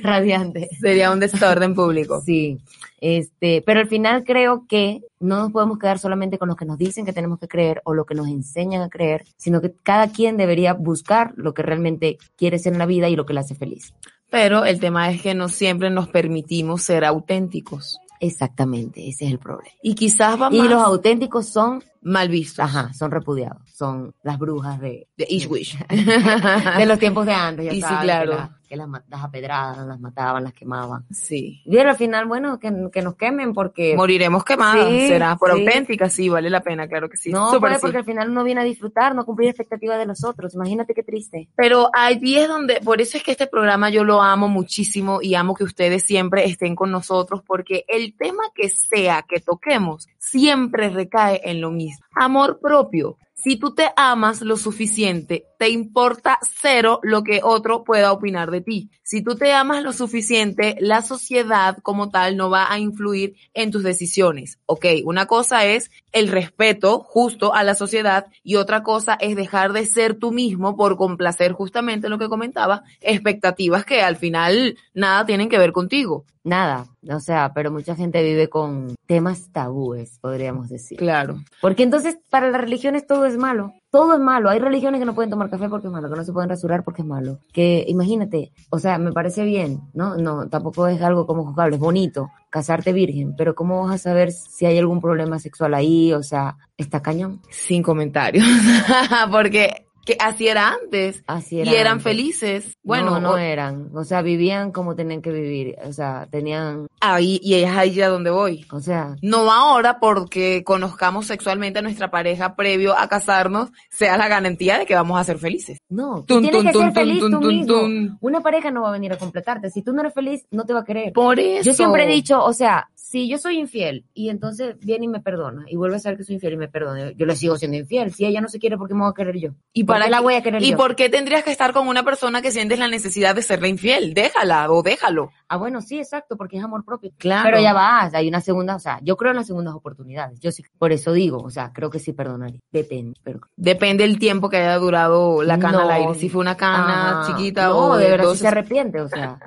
radiante.
Sería un desorden público.
Sí, este, pero al final creo que no nos podemos quedar solamente con lo que nos dicen que tenemos que creer o lo que nos enseñan a creer, sino que cada quien debería buscar lo que realmente quiere ser en la vida y lo que le hace feliz.
Pero el tema es que no siempre nos permitimos ser auténticos.
Exactamente, ese es el problema.
Y quizás va
Y
más
los auténticos son,
mal vistos.
ajá, son repudiados, son las brujas de,
De Ishwish.
de los tiempos de antes, ya
Y sí,
saben,
claro.
que, la- que las, ma- las apedraban, las mataban, las quemaban.
Sí.
Y al final, bueno, que, que nos quemen porque...
Moriremos quemadas,
Sí,
será por
sí.
auténtica, sí, vale la pena, claro que sí.
No,
Súper
puede,
sí.
porque al final uno viene a disfrutar, no cumplir expectativas de los otros. Imagínate qué triste.
Pero allí es donde, por eso es que este programa yo lo amo muchísimo y amo que ustedes siempre estén con nosotros porque el tema que sea que toquemos siempre recae en lo mismo. Amor propio. Si tú te amas lo suficiente, te importa cero lo que otro pueda opinar de ti. Si tú te amas lo suficiente, la sociedad como tal no va a influir en tus decisiones. Ok, una cosa es el respeto justo a la sociedad y otra cosa es dejar de ser tú mismo por complacer justamente lo que comentaba, expectativas que al final nada tienen que ver contigo.
Nada, o sea, pero mucha gente vive con temas tabúes, podríamos decir.
Claro.
Porque entonces para las religiones todo es malo, todo es malo. Hay religiones que no pueden tomar café porque es malo, que no se pueden rasurar porque es malo. Que imagínate, o sea, me parece bien, ¿no? No, tampoco es algo como juzgable, es bonito casarte virgen, pero ¿cómo vas a saber si hay algún problema sexual ahí? O sea, está cañón.
Sin comentarios. Porque que así era antes.
Así era
Y eran
antes.
felices. Bueno,
no, no
o-
eran, o sea, vivían como tenían que vivir, o sea, tenían,
ahí, y es ahí a donde voy.
o sea,
No ahora porque conozcamos sexualmente a nuestra pareja previo a casarnos, sea la garantía de que vamos a ser felices.
No, tú
Tun,
tienes
tun,
que
tun,
ser
tun,
feliz
tun,
tú
tun,
mismo.
tun.
Una pareja no va a venir a completarte. Si tú no eres feliz, no te va a querer.
Por eso.
Yo siempre he dicho, o sea, si yo soy infiel y entonces viene y me perdona y vuelve a saber que soy infiel y me perdona, yo le sigo siendo infiel. Si ella no se quiere, ¿por qué me voy a querer yo?
¿Y
¿Por
para
qué la
qué-
voy a querer
¿Y
yo?
por qué tendrías que estar con una persona que sientes la necesidad de serle infiel? Déjala o déjalo.
Ah, bueno, sí, exacto, porque es amor propio.
Claro.
Pero ya vas, hay una segunda, o sea, yo creo en las segundas oportunidades. Yo sí, por eso digo, o sea, creo que sí perdonaría. Detén, pero
Depende el tiempo que haya durado la cana
No.
al aire. Si fue una cana
Ajá.
chiquita
Ah, no,
o
de verdad sí
dos-
se arrepiente, o sea.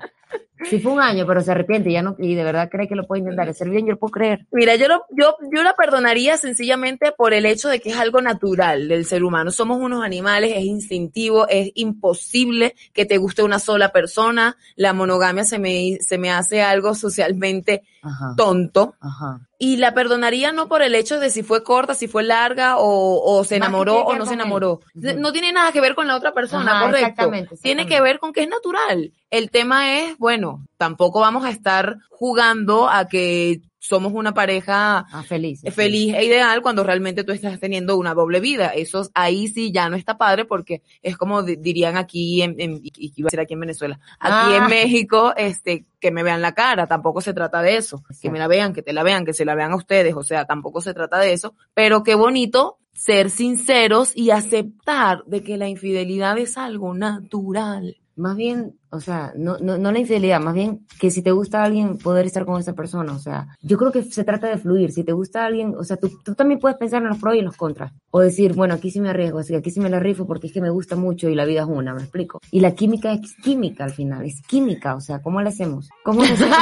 Sí fue un año, pero se arrepiente ya no, y de verdad cree que lo puede intentar hacer bien, yo lo puedo creer.
Mira, yo, lo, yo, yo la perdonaría sencillamente por el hecho de que es algo natural del ser humano. Somos unos animales, es instintivo, es imposible que te guste una sola persona. La monogamia se me, se me hace algo socialmente
Ajá.
tonto.
Ajá.
Y la perdonaría no por el hecho de si fue corta, si fue larga o, o se
Más que
enamoró
tiene que
o
ver
no se
con él.
enamoró. No tiene nada que ver con la otra persona,
Ajá,
correcto.
exactamente,
Tiene que ver con que es natural. El tema es, bueno, tampoco vamos a estar jugando a que somos una pareja
Ah, feliz.
feliz e ideal cuando realmente tú estás teniendo una doble vida. Eso ahí sí ya no está padre porque es como di- dirían aquí en, en- y- y iba a decir aquí en Venezuela, aquí
Ah.
en México, este, que me vean la cara, tampoco se trata de eso, que me la vean, que te la vean, que se la vean a ustedes, o sea, tampoco se trata de eso, pero qué bonito ser sinceros y aceptar de que la infidelidad es algo natural.
Más bien, o sea, no, no, no la infidelidad, más bien que si te gusta alguien, poder estar con esa persona. O sea, yo creo que se trata de fluir. Si te gusta alguien, o sea, tú, tú también puedes pensar en los pros y en los contras. O decir, bueno, aquí sí me arriesgo, así que aquí sí me la rifo porque es que me gusta mucho y la vida es una, me explico. Y la química es química al final, es química. O sea, ¿cómo la hacemos? ¿Cómo la hacemos?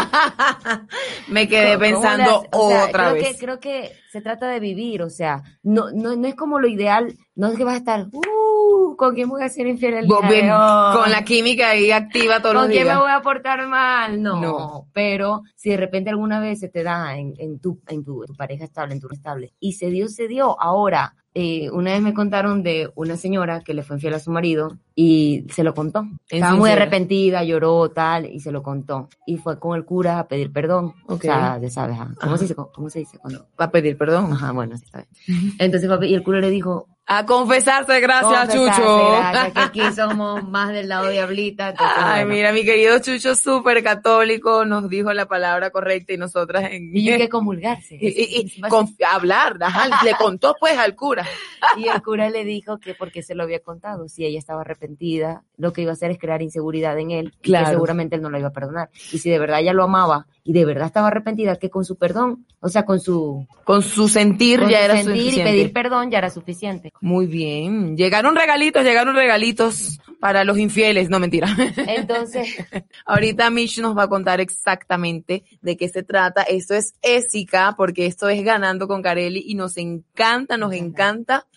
Me quedé
¿Cómo- cómo le
pensando
hace? O sea,
otra
creo
vez.
Que, creo que se trata de vivir, o sea, no, no, no es como lo ideal, no es que vas a estar, uh, ¿con quién voy a ser infiel el día
Vos bien,
de hoy?
con la química ahí activa todos los
¿Con quién
días.
me voy a portar mal? No,
No.
pero si de repente alguna vez se te da en, en tu, en, tu, en tu pareja estable, en tu estable, y se dio, se dio. Ahora, eh, una vez me contaron de una señora que le fue infiel a su marido y se lo contó. Estaba muy
sincera.
arrepentida, lloró, tal, y se lo contó. Y fue con el cura a pedir perdón.
Ok.
O sea, ya sabes, ah, ¿cómo
Ajá.
se dice? ¿Cómo se dice? Cuando-
Va a pedir perdón.
Ajá, bueno, sí, está bien. Entonces, papi, y el culo le dijo,
A confesarse, gracias,
"Confesarse,
Chucho.
gracias, que aquí somos más del lado diablita. entonces,
Ay,
bueno.
mira, mi querido Chucho, súper católico, nos dijo la palabra correcta y nosotras en...
Y yo que comulgarse.
Eh, y- y- y con- hablar, ajá, le contó pues al cura.
Y el cura le dijo que porque se lo había contado, si ella estaba arrepentida, lo que iba a hacer es crear inseguridad en él, y
Claro.
que seguramente él no la iba a perdonar. Y si de verdad ella lo amaba y de verdad estaba arrepentida, que con su perdón, o sea, con su
Con su sentir
con
ya
su
era
sentir y
suficiente.
pedir perdón ya era suficiente.
Muy bien, llegaron regalitos, llegaron regalitos para los infieles, no mentira.
Entonces,
Ahorita Mish nos va a contar exactamente de qué se trata. Esto es ésica, porque esto es ganando con Carelli y nos encanta, nos encanta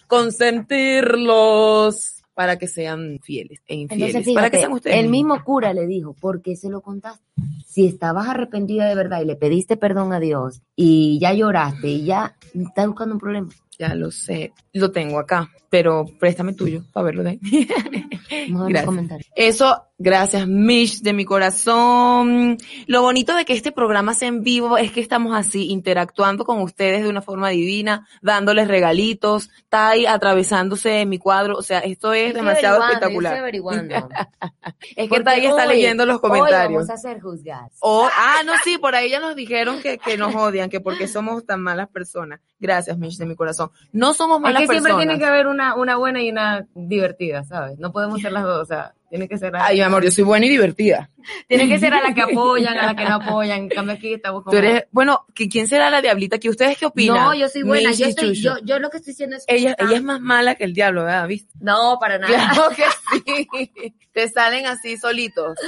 consentirlos para que sean fieles e infieles.
entonces
para que
fíjate,
sean ustedes.
el mismo cura le dijo, ¿por qué se lo contaste? Si estabas arrepentida de verdad y le pediste perdón a Dios y ya lloraste y ya estás buscando un problema.
Ya lo sé, lo tengo acá, pero préstame tuyo para verlo de ahí.
Vamos a ver los
Gracias.
comentarios.
Eso, gracias Mish de mi corazón. Lo bonito de que este programa sea en vivo es que estamos así interactuando con ustedes de una forma divina, dándoles regalitos, Tai atravesándose en mi cuadro, o sea, esto es
Yo estoy
demasiado
averiguando, yo estoy
espectacular.
averiguando.
Es que
Porque
Tai está
hoy-
leyendo los
Hoy
comentarios.
vamos a hacer juzgadas.
Oh, ah, no, sí, por ahí ya nos dijeron que, que nos odian, que porque somos tan malas personas. Gracias, Mish, de mi corazón. No somos
Es
malas
que siempre
personas.
tiene que haber una, una buena y una divertida, ¿sabes? No podemos ser las dos, o sea, tiene que ser a,
Ay, mi amor, yo soy buena y divertida.
tiene que ser a la que apoyan, a la que no apoyan. En cambio aquí estamos como...
Tú eres, bueno, ¿qui- ¿quién será la diablita? ¿Que ustedes qué opinan?
No, yo soy buena.
Mish y
Yo, estoy-
Chucho.
yo, yo lo que estoy diciendo es...
Ella, ella es más mala que el diablo, ¿verdad? ¿Viste?
No, para nada.
Claro que sí. Te salen así solitos.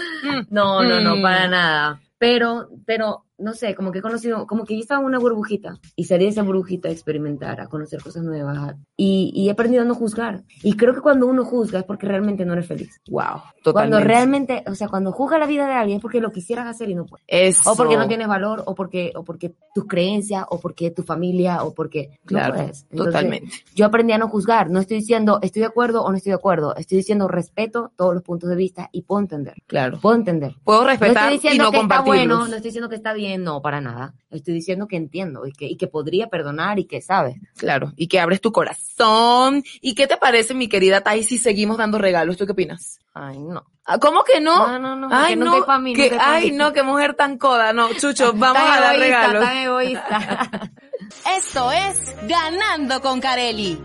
No, no, no,
Mm.
para nada. Eh, Pero, pero, no sé, como que he conocido, como que yo estaba en una burbujita y salí de esa burbujita a experimentar, a conocer cosas nuevas a- y, y he aprendido a no juzgar. Y creo que cuando uno juzga es porque realmente no eres feliz.
Wow,
Cuando
totalmente.
realmente, o sea, cuando juzga la vida de alguien es porque lo quisieras hacer y no puedes.
Eso.
O porque no tienes valor, o porque, o porque tus creencias, o porque tu familia, o porque no
Claro,
puedes. Entonces,
totalmente.
Yo aprendí a no juzgar. No estoy diciendo estoy de acuerdo o no estoy de acuerdo. Estoy diciendo respeto todos los puntos de vista y puedo entender.
Claro.
Puedo entender.
Puedo
no
respetar
estoy
y
diciendo
no
que está
compartirlos.
bueno, no estoy diciendo que está bien, no, para nada. Estoy diciendo que entiendo y que, y que podría perdonar y que sabes.
Claro, y que abres tu corazón. ¿Y qué te parece, mi querida Tai, si seguimos dando regalos? ¿Tú qué opinas?
Ay, no.
Ah, ¿Cómo que no?
No, no, no,
Ay,
porque no
no,
cae pa' mí, no
que-
cae pa'
ay,
mí.
no, qué mujer tan coda. No, Chucho, vamos
Tan
a dar
egoísta,
regalos.
tan egoísta.
Esto es Ganando con Carelli.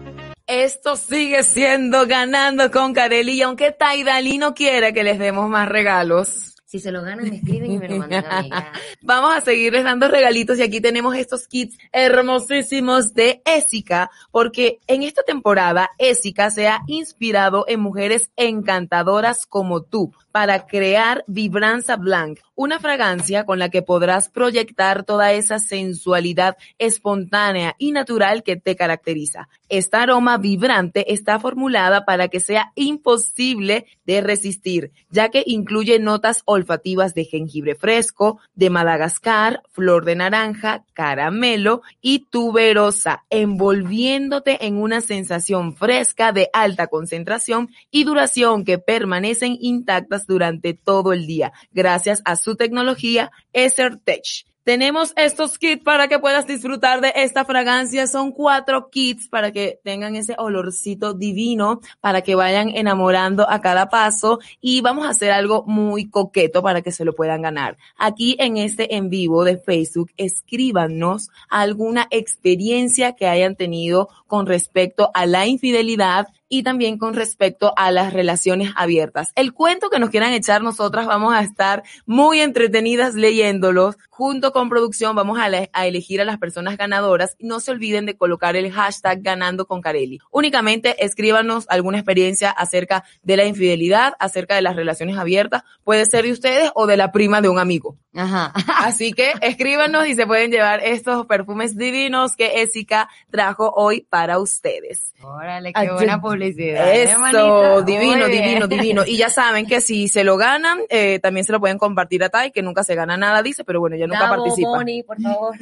Esto sigue siendo ganando con Carelli. Y aunque Tai Dalí no quiera que les demos más regalos,
si se lo ganan, me escriben y me lo mandan a mí. Gracias.
Vamos a seguirles dando regalitos y aquí tenemos estos kits hermosísimos de Ésica, porque en esta temporada Ésica se ha inspirado en mujeres encantadoras como tú para crear Vibranza Blanc, una fragancia con la que podrás proyectar toda esa sensualidad espontánea y natural que te caracteriza. Esta aroma vibrante está formulada para que sea imposible de resistir, ya que incluye notas olfativas de jengibre fresco, de Madagascar, flor de naranja, caramelo y tuberosa, envolviéndote en una sensación fresca de alta concentración y duración que permanecen intactas durante todo el día, gracias a su tecnología EtherTech. Tenemos estos kits para que puedas disfrutar de esta fragancia. Son cuatro kits para que tengan ese olorcito divino, para que vayan enamorando a cada paso y vamos a hacer algo muy coqueto para que se lo puedan ganar. Aquí en este en vivo de Facebook, escríbanos alguna experiencia que hayan tenido con respecto a la infidelidad, y también con respecto a las relaciones abiertas. El cuento que nos quieran echar nosotras vamos a estar muy entretenidas leyéndolos. Junto con producción vamos a, a, elegir a las personas ganadoras. No se olviden de colocar el hashtag ganando con Carelli. Únicamente escríbanos alguna experiencia acerca de la infidelidad, acerca de las relaciones abiertas. Puede ser de ustedes o de la prima de un amigo. Ajá. Así que escríbanos y se pueden llevar estos perfumes divinos que Esica trajo hoy para ustedes.
Órale, qué buena publicidad.
Eso, ¿eh, divino, divino, divino. Y ya saben que si se lo ganan, eh, también se lo pueden compartir a Tai, que nunca se gana nada, dice, pero bueno, ya nunca
Bravo,
participa.
Bonnie, por favor.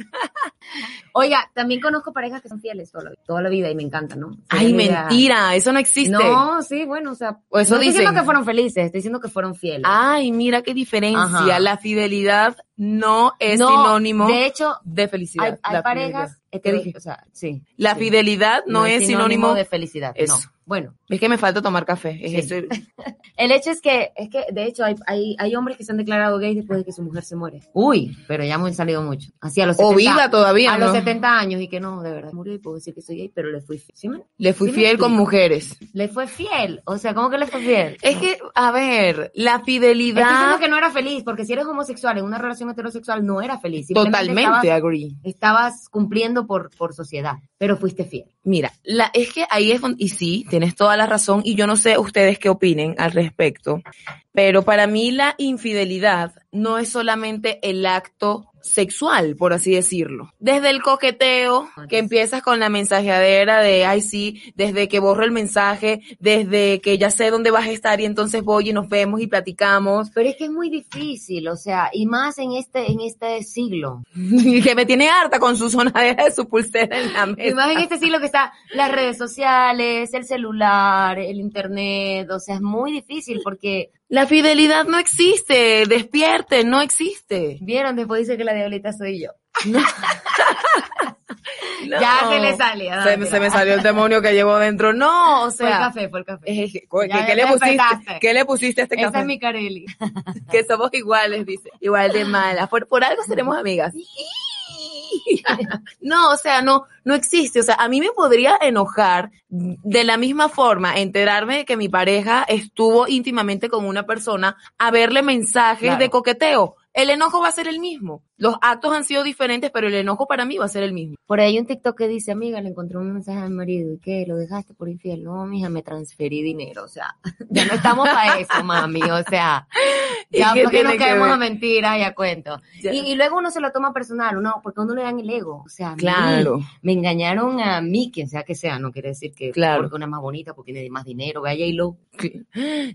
Oiga, también conozco parejas que son fieles toda la, toda la vida y me encanta, ¿no? Fieles
Ay, mentira, eso no existe.
No, sí, bueno, o sea,
o eso
no
dicen.
estoy
Ah,
diciendo que fueron felices, estoy diciendo que fueron fieles.
Ay, mira qué diferencia, Ajá. la fidelidad no es no, sinónimo
de hecho
de felicidad.
Hay, hay parejas
¿Qué dije?
O sea, sí.
La
sí.
fidelidad no, no es sinónimo, sinónimo,
de felicidad.
Eso.
No. Bueno.
Es que me falta tomar café. Es
sí. el hecho es que, es que de hecho hay, hay, hay, hombres que se han declarado gays después de que su mujer se muere.
Uy,
pero ya han salido mucho. Así a los
o
70,
viva todavía.
A
¿no?
los 70 años y que no, de verdad murió y puedo decir que soy gay, pero le fui fiel. ¿Sí,
le fui
¿Sí
fiel con mujeres.
Le fue fiel. O sea, ¿cómo que le fue fiel?
Es que, a ver, la fidelidad.
Es que, que no era feliz, porque si eres homosexual en una relación heterosexual no era feliz.
Totalmente,
estabas,
agree.
Estabas cumpliendo por, por sociedad, pero fuiste fiel.
Mira, la, es que ahí es donde, y sí, tienes toda la razón, y yo no sé ustedes qué opinen al respecto, pero para mí la infidelidad no es solamente el acto sexual, por así decirlo. Desde el coqueteo, que empiezas con la mensajeadera de, ay sí, desde que borro el mensaje, desde que ya sé dónde vas a estar y entonces voy y nos vemos y platicamos.
Pero es que es muy difícil, o sea, y más en este, en este siglo.
que me tiene harta con su sonadera de su pulsera en la mesa.
Y más en este siglo que está las redes sociales, el celular, el internet, o sea, es muy difícil porque
la fidelidad no existe, despierte, no existe.
Vieron, después dice que la diablita soy yo. No. no. Ya se le salió. No,
se, me, se, me salió el demonio que llevo dentro. No, o sea.
Por el café, por el café.
Eh, ¿qué, ¿qué, le pusiste, ¿Qué le pusiste a este café?
Esa es mi Carelli.
que somos iguales, dice. Igual de malas. Por, por algo seremos amigas. no, o sea, no, no existe. O sea, a mí me podría enojar de la misma forma enterarme de que mi pareja estuvo íntimamente con una persona a verle mensajes claro. de coqueteo. El enojo va a ser el mismo. Los actos han sido diferentes, pero el enojo para mí va a ser el mismo.
Por ahí hay un TikTok que dice, amiga, le encontré un mensaje a mi marido, ¿y qué? ¿Lo dejaste por infiel? No, mija, me transferí dinero, o sea, ya no estamos para eso, mami, o sea, ya porque nos quedamos que a mentiras y a cuentos. Y, y, luego uno se lo toma personal, uno, porque a uno le dan el ego, o sea, a mí,
claro.
me engañaron a mí, quien sea que sea, no quiere decir que
claro.
porque una es más bonita, porque tiene más dinero, vaya y lo...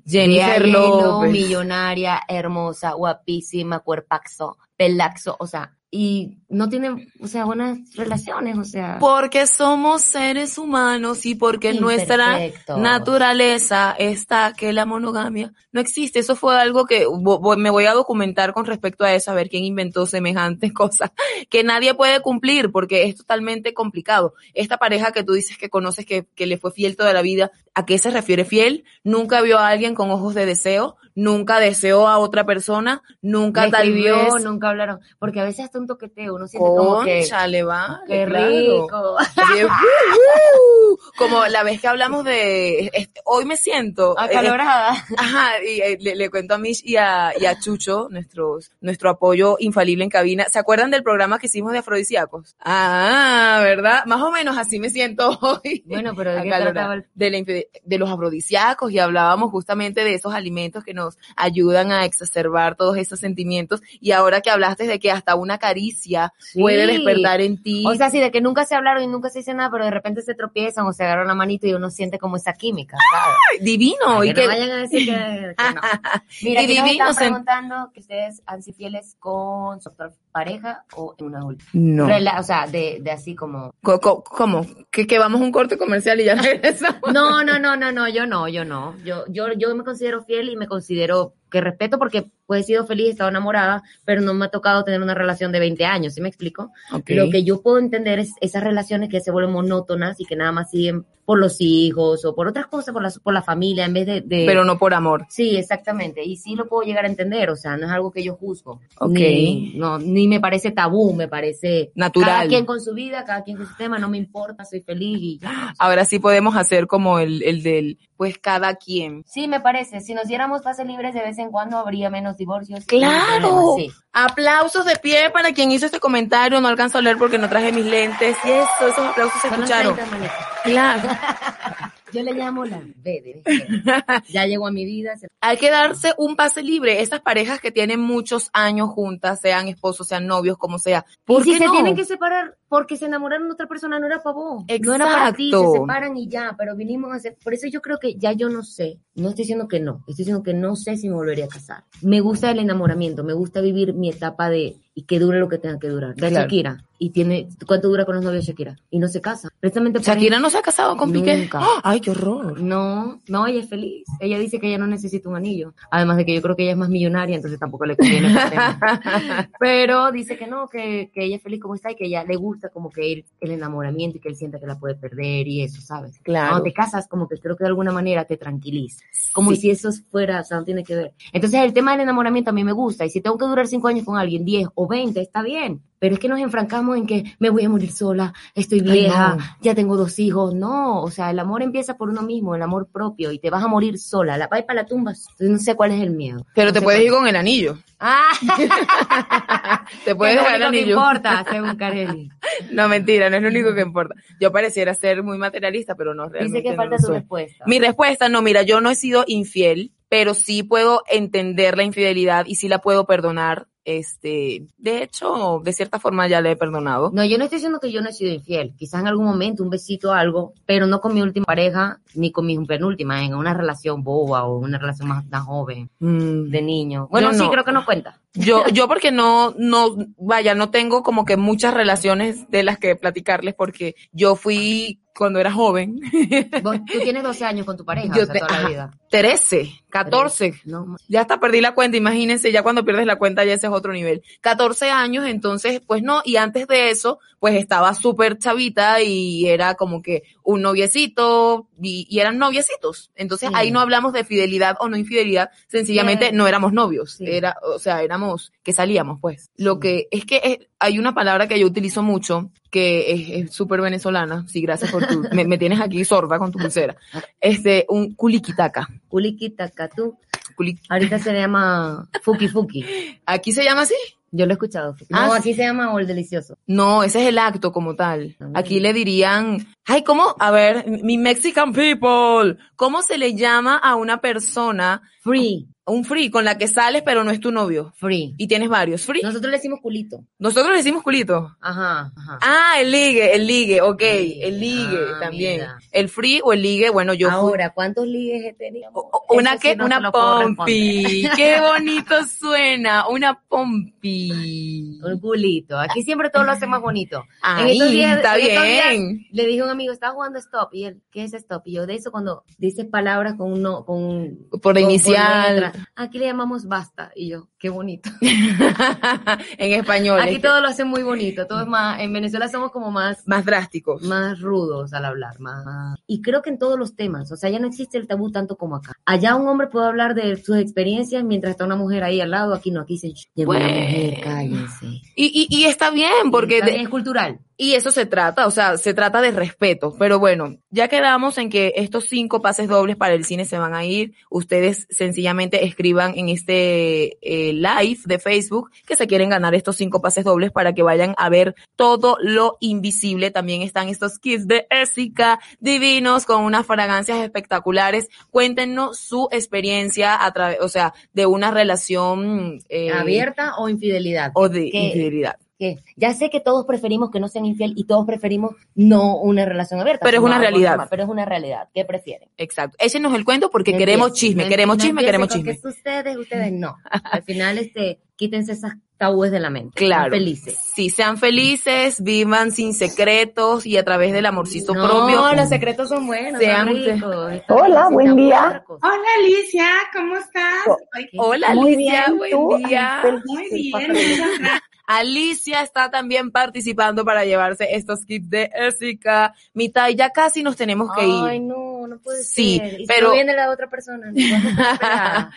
Jennifer López.
millonaria, hermosa, guapísima, cuerpaxo pelaxo, o sea, y no tienen, o sea, buenas relaciones, o sea.
Porque somos seres humanos y porque nuestra naturaleza está que la monogamia no existe. Eso fue algo que me voy a documentar con respecto a eso, a ver quién inventó semejantes cosas que nadie puede cumplir porque es totalmente complicado. Esta pareja que tú dices que conoces que, que le fue fiel toda la vida, ¿a qué se refiere fiel? Nunca vio a alguien con ojos de deseo, nunca deseó a otra persona, nunca tal vez.
Nunca hablaron, porque a veces hasta un toqueteo, uno siente Concha, como que.
le va.
¡Qué claro. rico!
como la vez que hablamos de es- hoy me siento
Acalorada.
eh, ajá, y eh, le, le cuento a Mish y a, y a Chucho, nuestros, nuestro apoyo infalible en cabina. ¿Se acuerdan del programa que hicimos de afrodisíacos? Ah, ¿verdad? Más o menos así me siento hoy.
Bueno, pero ¿de qué
Acalorada.
trataba el-
de, la infi- de los afrodisíacos y hablábamos justamente de esos alimentos que nos ayudan a exacerbar todos esos sentimientos. Y ahora que hablaste de que hasta una caricia puede
Sí.
despertar en ti.
O sea, sí, de que nunca se hablaron y nunca se dice nada, pero de repente se tropiezan o se agarran la manito y uno siente como esa química, ¿sabes?
¡Ay, divino.
Que
y
no
que-
vayan a decir que, que no. Mira,
Y
aquí
divino,
nos están
o sea-
preguntando que ustedes han sido fieles con su actual pareja o en una última.
No.
Rela- o sea, de, de así como...
Co- co- ¿Cómo? ¿Que, que vamos a un corte comercial y ya regresamos.
No, no, no, no, no, yo no, yo no. Yo, yo, yo me considero fiel y me considero que respeto porque pues he sido feliz, he estado enamorada, pero no me ha tocado tener una relación de 20 años, ¿sí me explico?
Ok.
Lo que yo puedo entender es esas relaciones que se vuelven monótonas y que nada más siguen por los hijos o por otras cosas, por la, por la familia, en vez de, de-
Pero no por amor.
Sí, exactamente. Y sí lo puedo llegar a entender, o sea, no es algo que yo juzgo.
Ok.
Ni, no, ni me parece tabú, me parece...
Natural.
Cada quien con su vida, cada quien con su tema, no me importa, soy feliz y ya.
Ahora sí podemos hacer como el, el del, pues cada quien.
Sí, me parece. Si nos diéramos pases libres de vez en cuando habría menos divorcios. y
Claro.
menos problemas, sí.
Aplausos de pie para quien hizo este comentario. No alcanzo a leer porque no traje mis lentes. Y eso, esos aplausos se
Son los
escucharon.
30, manito.
Claro.
Yo le llamo la B de vejez. Ya llegó a mi vida. se-
Hay que darse un pase libre. Esas parejas que tienen muchos años juntas, sean esposos, sean novios, como sea. ¿Por
Y si
qué
se
no?
tienen que separar porque se enamoraron de otra persona, no era para vos. No era para ti, se
Exacto.
separan y ya, pero vinimos a hacer... Por eso yo creo que ya yo no sé. No estoy diciendo que no, estoy diciendo que no sé si me volvería a casar. Me gusta el enamoramiento, me gusta vivir mi etapa de... Y que dure lo que tenga que durar. Ve a
Claro.
Shakira. Y tiene... ¿Cuánto dura con los novios Shakira? Y no se casa. Precisamente por
Shakira no se ha casado con Piqué.
Nunca.
¡Ah! Ay, qué horror.
No, no, ella es feliz. Ella dice que ella no necesita un anillo. Además de que yo creo que ella es más millonaria, entonces tampoco le conviene. ese tema. Pero dice que no, que, que ella es feliz como está y que ella le gusta como que ir el enamoramiento y que él sienta que la puede perder y eso, ¿sabes?
Claro.
Cuando te casas, como que creo que de alguna manera te tranquiliza. Como si eso fuera, o sea, no tiene que ver. Entonces el tema del enamoramiento a mí me gusta y si tengo que durar cinco años con alguien, 10 o 20, está bien. Pero es que nos enfrancamos en que me voy a morir sola, estoy
Ay,
vieja,
no.
ya tengo dos hijos. No, o sea, el amor empieza por uno mismo, el amor propio, y te vas a morir sola. La vas para la tumba. Entonces, no sé cuál es el miedo.
Pero
No
te
sé
puedes
cuál-
ir con el anillo.
Ah,
Te puedes
es lo
dejar el
único que
anillo.
importa, según Carelli.
No, mentira, no es lo único que importa. Yo pareciera ser muy materialista, pero no realmente.
Dice que
no
falta
lo
tu
soy.
respuesta.
Mi respuesta, no, mira, yo no he sido infiel, pero sí puedo entender la infidelidad y sí la puedo perdonar. Este, de hecho, de cierta forma ya la he perdonado.
No, yo no estoy diciendo que yo no he sido infiel. Quizás en algún momento un besito o algo, pero no con mi última pareja ni con mi penúltima, en una relación boba o una relación más, más joven, Mm, de niño. Bueno,
Yo
sí,
no.
creo que no cuenta.
Yo, yo porque no, no, vaya, no tengo como que muchas relaciones de las que platicarles porque yo fui cuando era joven.
Vos- tú tienes 12 años con tu pareja,
Yo
o sea,
te-
toda la
ajá,
vida.
13, 14.
No,
Ya hasta perdí la cuenta, imagínense, ya cuando pierdes la cuenta ya ese es otro nivel. 14 años, entonces, pues no, y antes de eso, pues estaba súper chavita y era como que un noviecito y, y eran noviecitos. Entonces
Sí.
ahí no hablamos de fidelidad o no infidelidad, sencillamente
Bien.
no éramos novios,
Sí.
era, o sea, éramos que salíamos, pues. Lo que es que es- hay una palabra que yo utilizo mucho, que es es súper venezolana, sí, gracias por tu, me, me tienes aquí sorda con tu pulsera, este, un culiquitaca.
Culiquita, catú.
Culi-
Ahorita se llama Fuki Fuki.
¿Aquí se llama así?
Yo lo he escuchado.
Ah,
no,
sí.
aquí se llama o el delicioso.
No, ese es el acto como tal.
Ah.
Aquí le dirían, ay, ¿cómo? A ver, mi Mexican people, ¿cómo se le llama a una persona?
Free.
Un free, con la que sales pero no es tu novio.
Free.
Y tienes varios, free.
Nosotros le decimos culito.
Nosotros le decimos culito.
Ajá, ajá.
Ah, el ligue, el ligue, ok, el ligue
ah,
también.
mira.
El free o el ligue, bueno, yo fui-
Ahora, ¿cuántos ligues he tenido?
Una
Eso
que,
sí no te
una
lo puedo
pompi.
responder.
Qué bonito suena, una pompi.
Un culito. Aquí siempre todo lo hace más bonito.
Ay, está
en estos días
bien.
le dije a un amigo, estaba jugando stop. Y él, ¿qué es stop? Y yo, de eso cuando dices palabras con uno, con un-
Por
con- con
inicial.
letra. Aquí le llamamos basta. Y yo, qué bonito.
en español.
Aquí
es que-
todo lo hacen muy bonito. Todo es más, en Venezuela somos como más
más drásticos.
más rudos al hablar, más... Y creo que en todos los temas, o sea, ya no existe el tabú tanto como acá. Allá un hombre puede hablar de sus experiencias mientras está una mujer ahí al lado, aquí no, aquí se... Llegó una
Bueno.
mujer, cállense.
Y, y, y está bien, porque
Está
de-
bien, es cultural.
Y eso se trata, o sea, se trata de respeto. Pero bueno, ya quedamos en que estos cinco pases dobles para el cine se van a ir. Ustedes sencillamente escriban en este eh, live de Facebook que se quieren ganar estos cinco pases dobles para que vayan a ver todo lo invisible. También están estos kits de Ésica divinos con unas fragancias espectaculares. Cuéntenos su experiencia a través, o sea, de una relación eh,
abierta o infidelidad.
O de infidelidad.
¿Qué? Ya sé que todos preferimos que no sean infiel y todos preferimos no una relación abierta.
Pero es una realidad.
Más, pero es una realidad. ¿Qué prefieren?
Exacto. Échenos el cuento porque no queremos empiece, chisme,
no, em-
queremos
no
chisme, queremos chisme.
Que ustedes, ustedes no. Al final, este, quítense esas tabúes de la mente.
Claro.
Sean felices.
Sí, sean felices, vivan sin secretos y a través del amorcito
no,
propio.
No, los secretos son buenos. Sean son ricos,
Hola, buen día.
Ah,
Hola, Alicia, ¿cómo estás?
Hola,
Muy
Alicia,
bien,
buen
¿tú?
día.
Muy bien, muchas gracias.
Alicia está también participando para llevarse estos kits de Ésica. Mitad, ya casi nos tenemos que ir.
Ay, no, no puede
Sí,
ser. Y si
pero-
no viene la otra persona. No,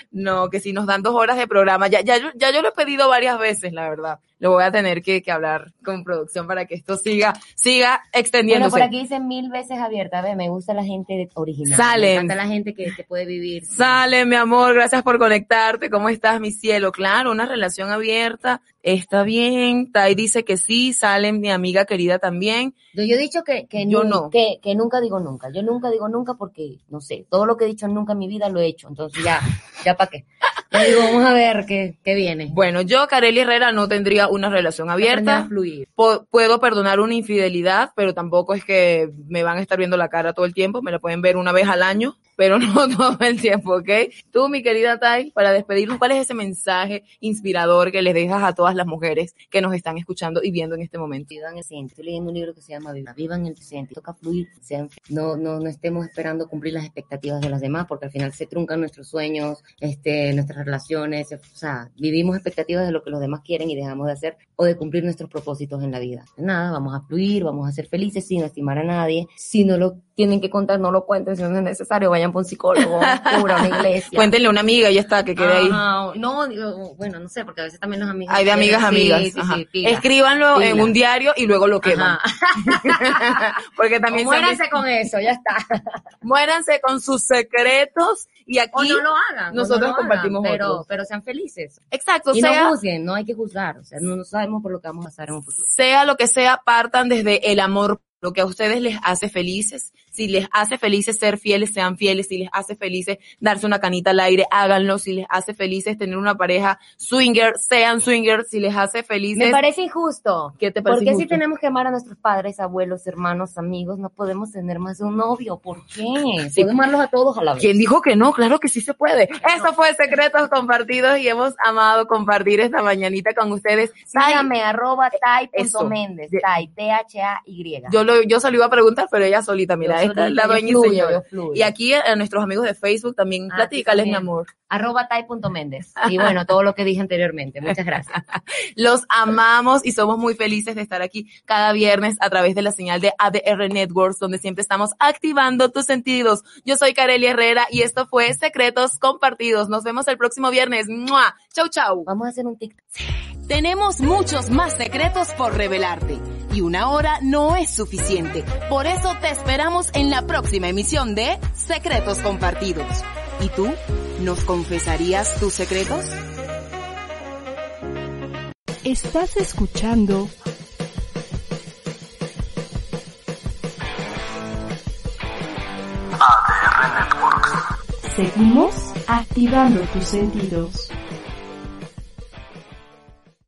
no, que si nos dan dos horas de programa, ya, ya, yo- ya yo lo he pedido varias veces, la verdad. Lo voy a tener que, que hablar con producción para que esto siga, siga
Bueno,
extendiéndose.
por aquí dicen mil veces abierta. A ver, me gusta la gente de- original.
Salen.
Me encanta la gente que, que puede vivir.
Sale, mi amor, gracias por conectarte. ¿Cómo estás, mi cielo? Claro, una relación abierta. Está bien. Tai dice que sí. Sale, mi amiga querida también.
Yo, yo he dicho que, que,
Yo
nun-
no.
que, que nunca digo nunca. Yo nunca digo nunca porque, no sé, todo lo que he dicho nunca en mi vida lo he hecho. Entonces ya, ya para qué. Yo digo, vamos a ver qué, qué viene.
Bueno, yo, Kareli Herrera, no tendría una relación
Aprender
abierta.
a fluir.
po- puedo perdonar una infidelidad, pero tampoco es que me van a estar viendo la cara todo el tiempo, me la pueden ver una vez al año, pero no todo el tiempo, ¿ok? Tú, mi querida Tai, para despedirnos, ¿cuál es ese mensaje inspirador que les dejas a todas las mujeres que nos están escuchando y viendo en este momento?
Vivan el presente. Estoy leyendo un libro que se llama Viva. Vivan el presente. Toca fluir. Sean, no, no, no estemos esperando cumplir las expectativas de los demás porque al final se truncan nuestros sueños, este, nuestras relaciones. O sea, vivimos expectativas de lo que los demás quieren y dejamos de hacer o de cumplir nuestros propósitos en la vida. Nada, vamos a fluir, vamos a ser felices sin lastimar a nadie. Si no lo tienen que contar, no lo cuenten. Si no es necesario, vayan por un psicólogo, un cura, una iglesia.
Cuéntenle a una amiga, ya está, que quede ahí.
Ajá, No, digo, bueno, no sé, porque a veces también los amigos.
Hay de amigas a
Sí,
amigas.
sí, sí,
ajá.
pila.
Escríbanlo en
Pila.
un diario y luego lo queman. Porque
O
también se han
Muéranse con eso, ya está.
visto- muéranse con sus secretos y aquí
O no lo hagan. o no
nosotros
lo hagan,
compartimos
pero,
otros.
pero sean felices.
Exacto,
y
sea-
no juzguen, no hay que juzgar. O sea, no, no sabemos por lo que vamos a pasar en un futuro.
sea lo que sea, partan desde el amor, lo que a ustedes les hace felices. Si les hace felices ser fieles, sean fieles. Si les hace felices darse una canita al aire, háganlo. Si les hace felices tener una pareja swinger, sean swingers. Si les hace felices...
Me parece injusto.
¿Qué te parece
¿Por qué si
injusto?
tenemos que amar a nuestros padres, abuelos, hermanos, amigos, no podemos tener más de un novio? ¿Por qué?
Sí.
Podemos amarlos a todos a la vez.
¿Quién dijo que no? Claro que sí se puede. Eso fue Secretos Compartidos y hemos amado compartir esta mañanita con ustedes.
Síganme, arroba
eh, Eso.
tai.méndez, tai, T-H-A-Y.
Yo, lo, yo se lo iba a preguntar, pero ella solita, mira,
Yo
esta es
solita,
la
yo
dueña y
fluyo,
señora.
yo fluyo.
Y aquí a, a nuestros amigos de Facebook también,
Ah,
platícales, mi
también.
amor.
Arroba tai.méndez. Y bueno, todo lo que dije anteriormente. Muchas gracias.
Los amamos y somos muy felices de estar aquí cada viernes a través de la señal de ADR Networks, donde siempre estamos activando tus sentidos. Yo soy Kareli Herrera y esto fue Secretos Compartidos. Nos vemos el próximo viernes. ¡Mua! Chau, chau.
Vamos a hacer un TikTok.
Tenemos muchos más secretos por revelarte y una hora no es suficiente. Por eso te esperamos en la próxima emisión de Secretos Compartidos. ¿Y tú? ¿Nos confesarías tus secretos?
Estás escuchando
ADR Networks.
Seguimos activando tus sentidos.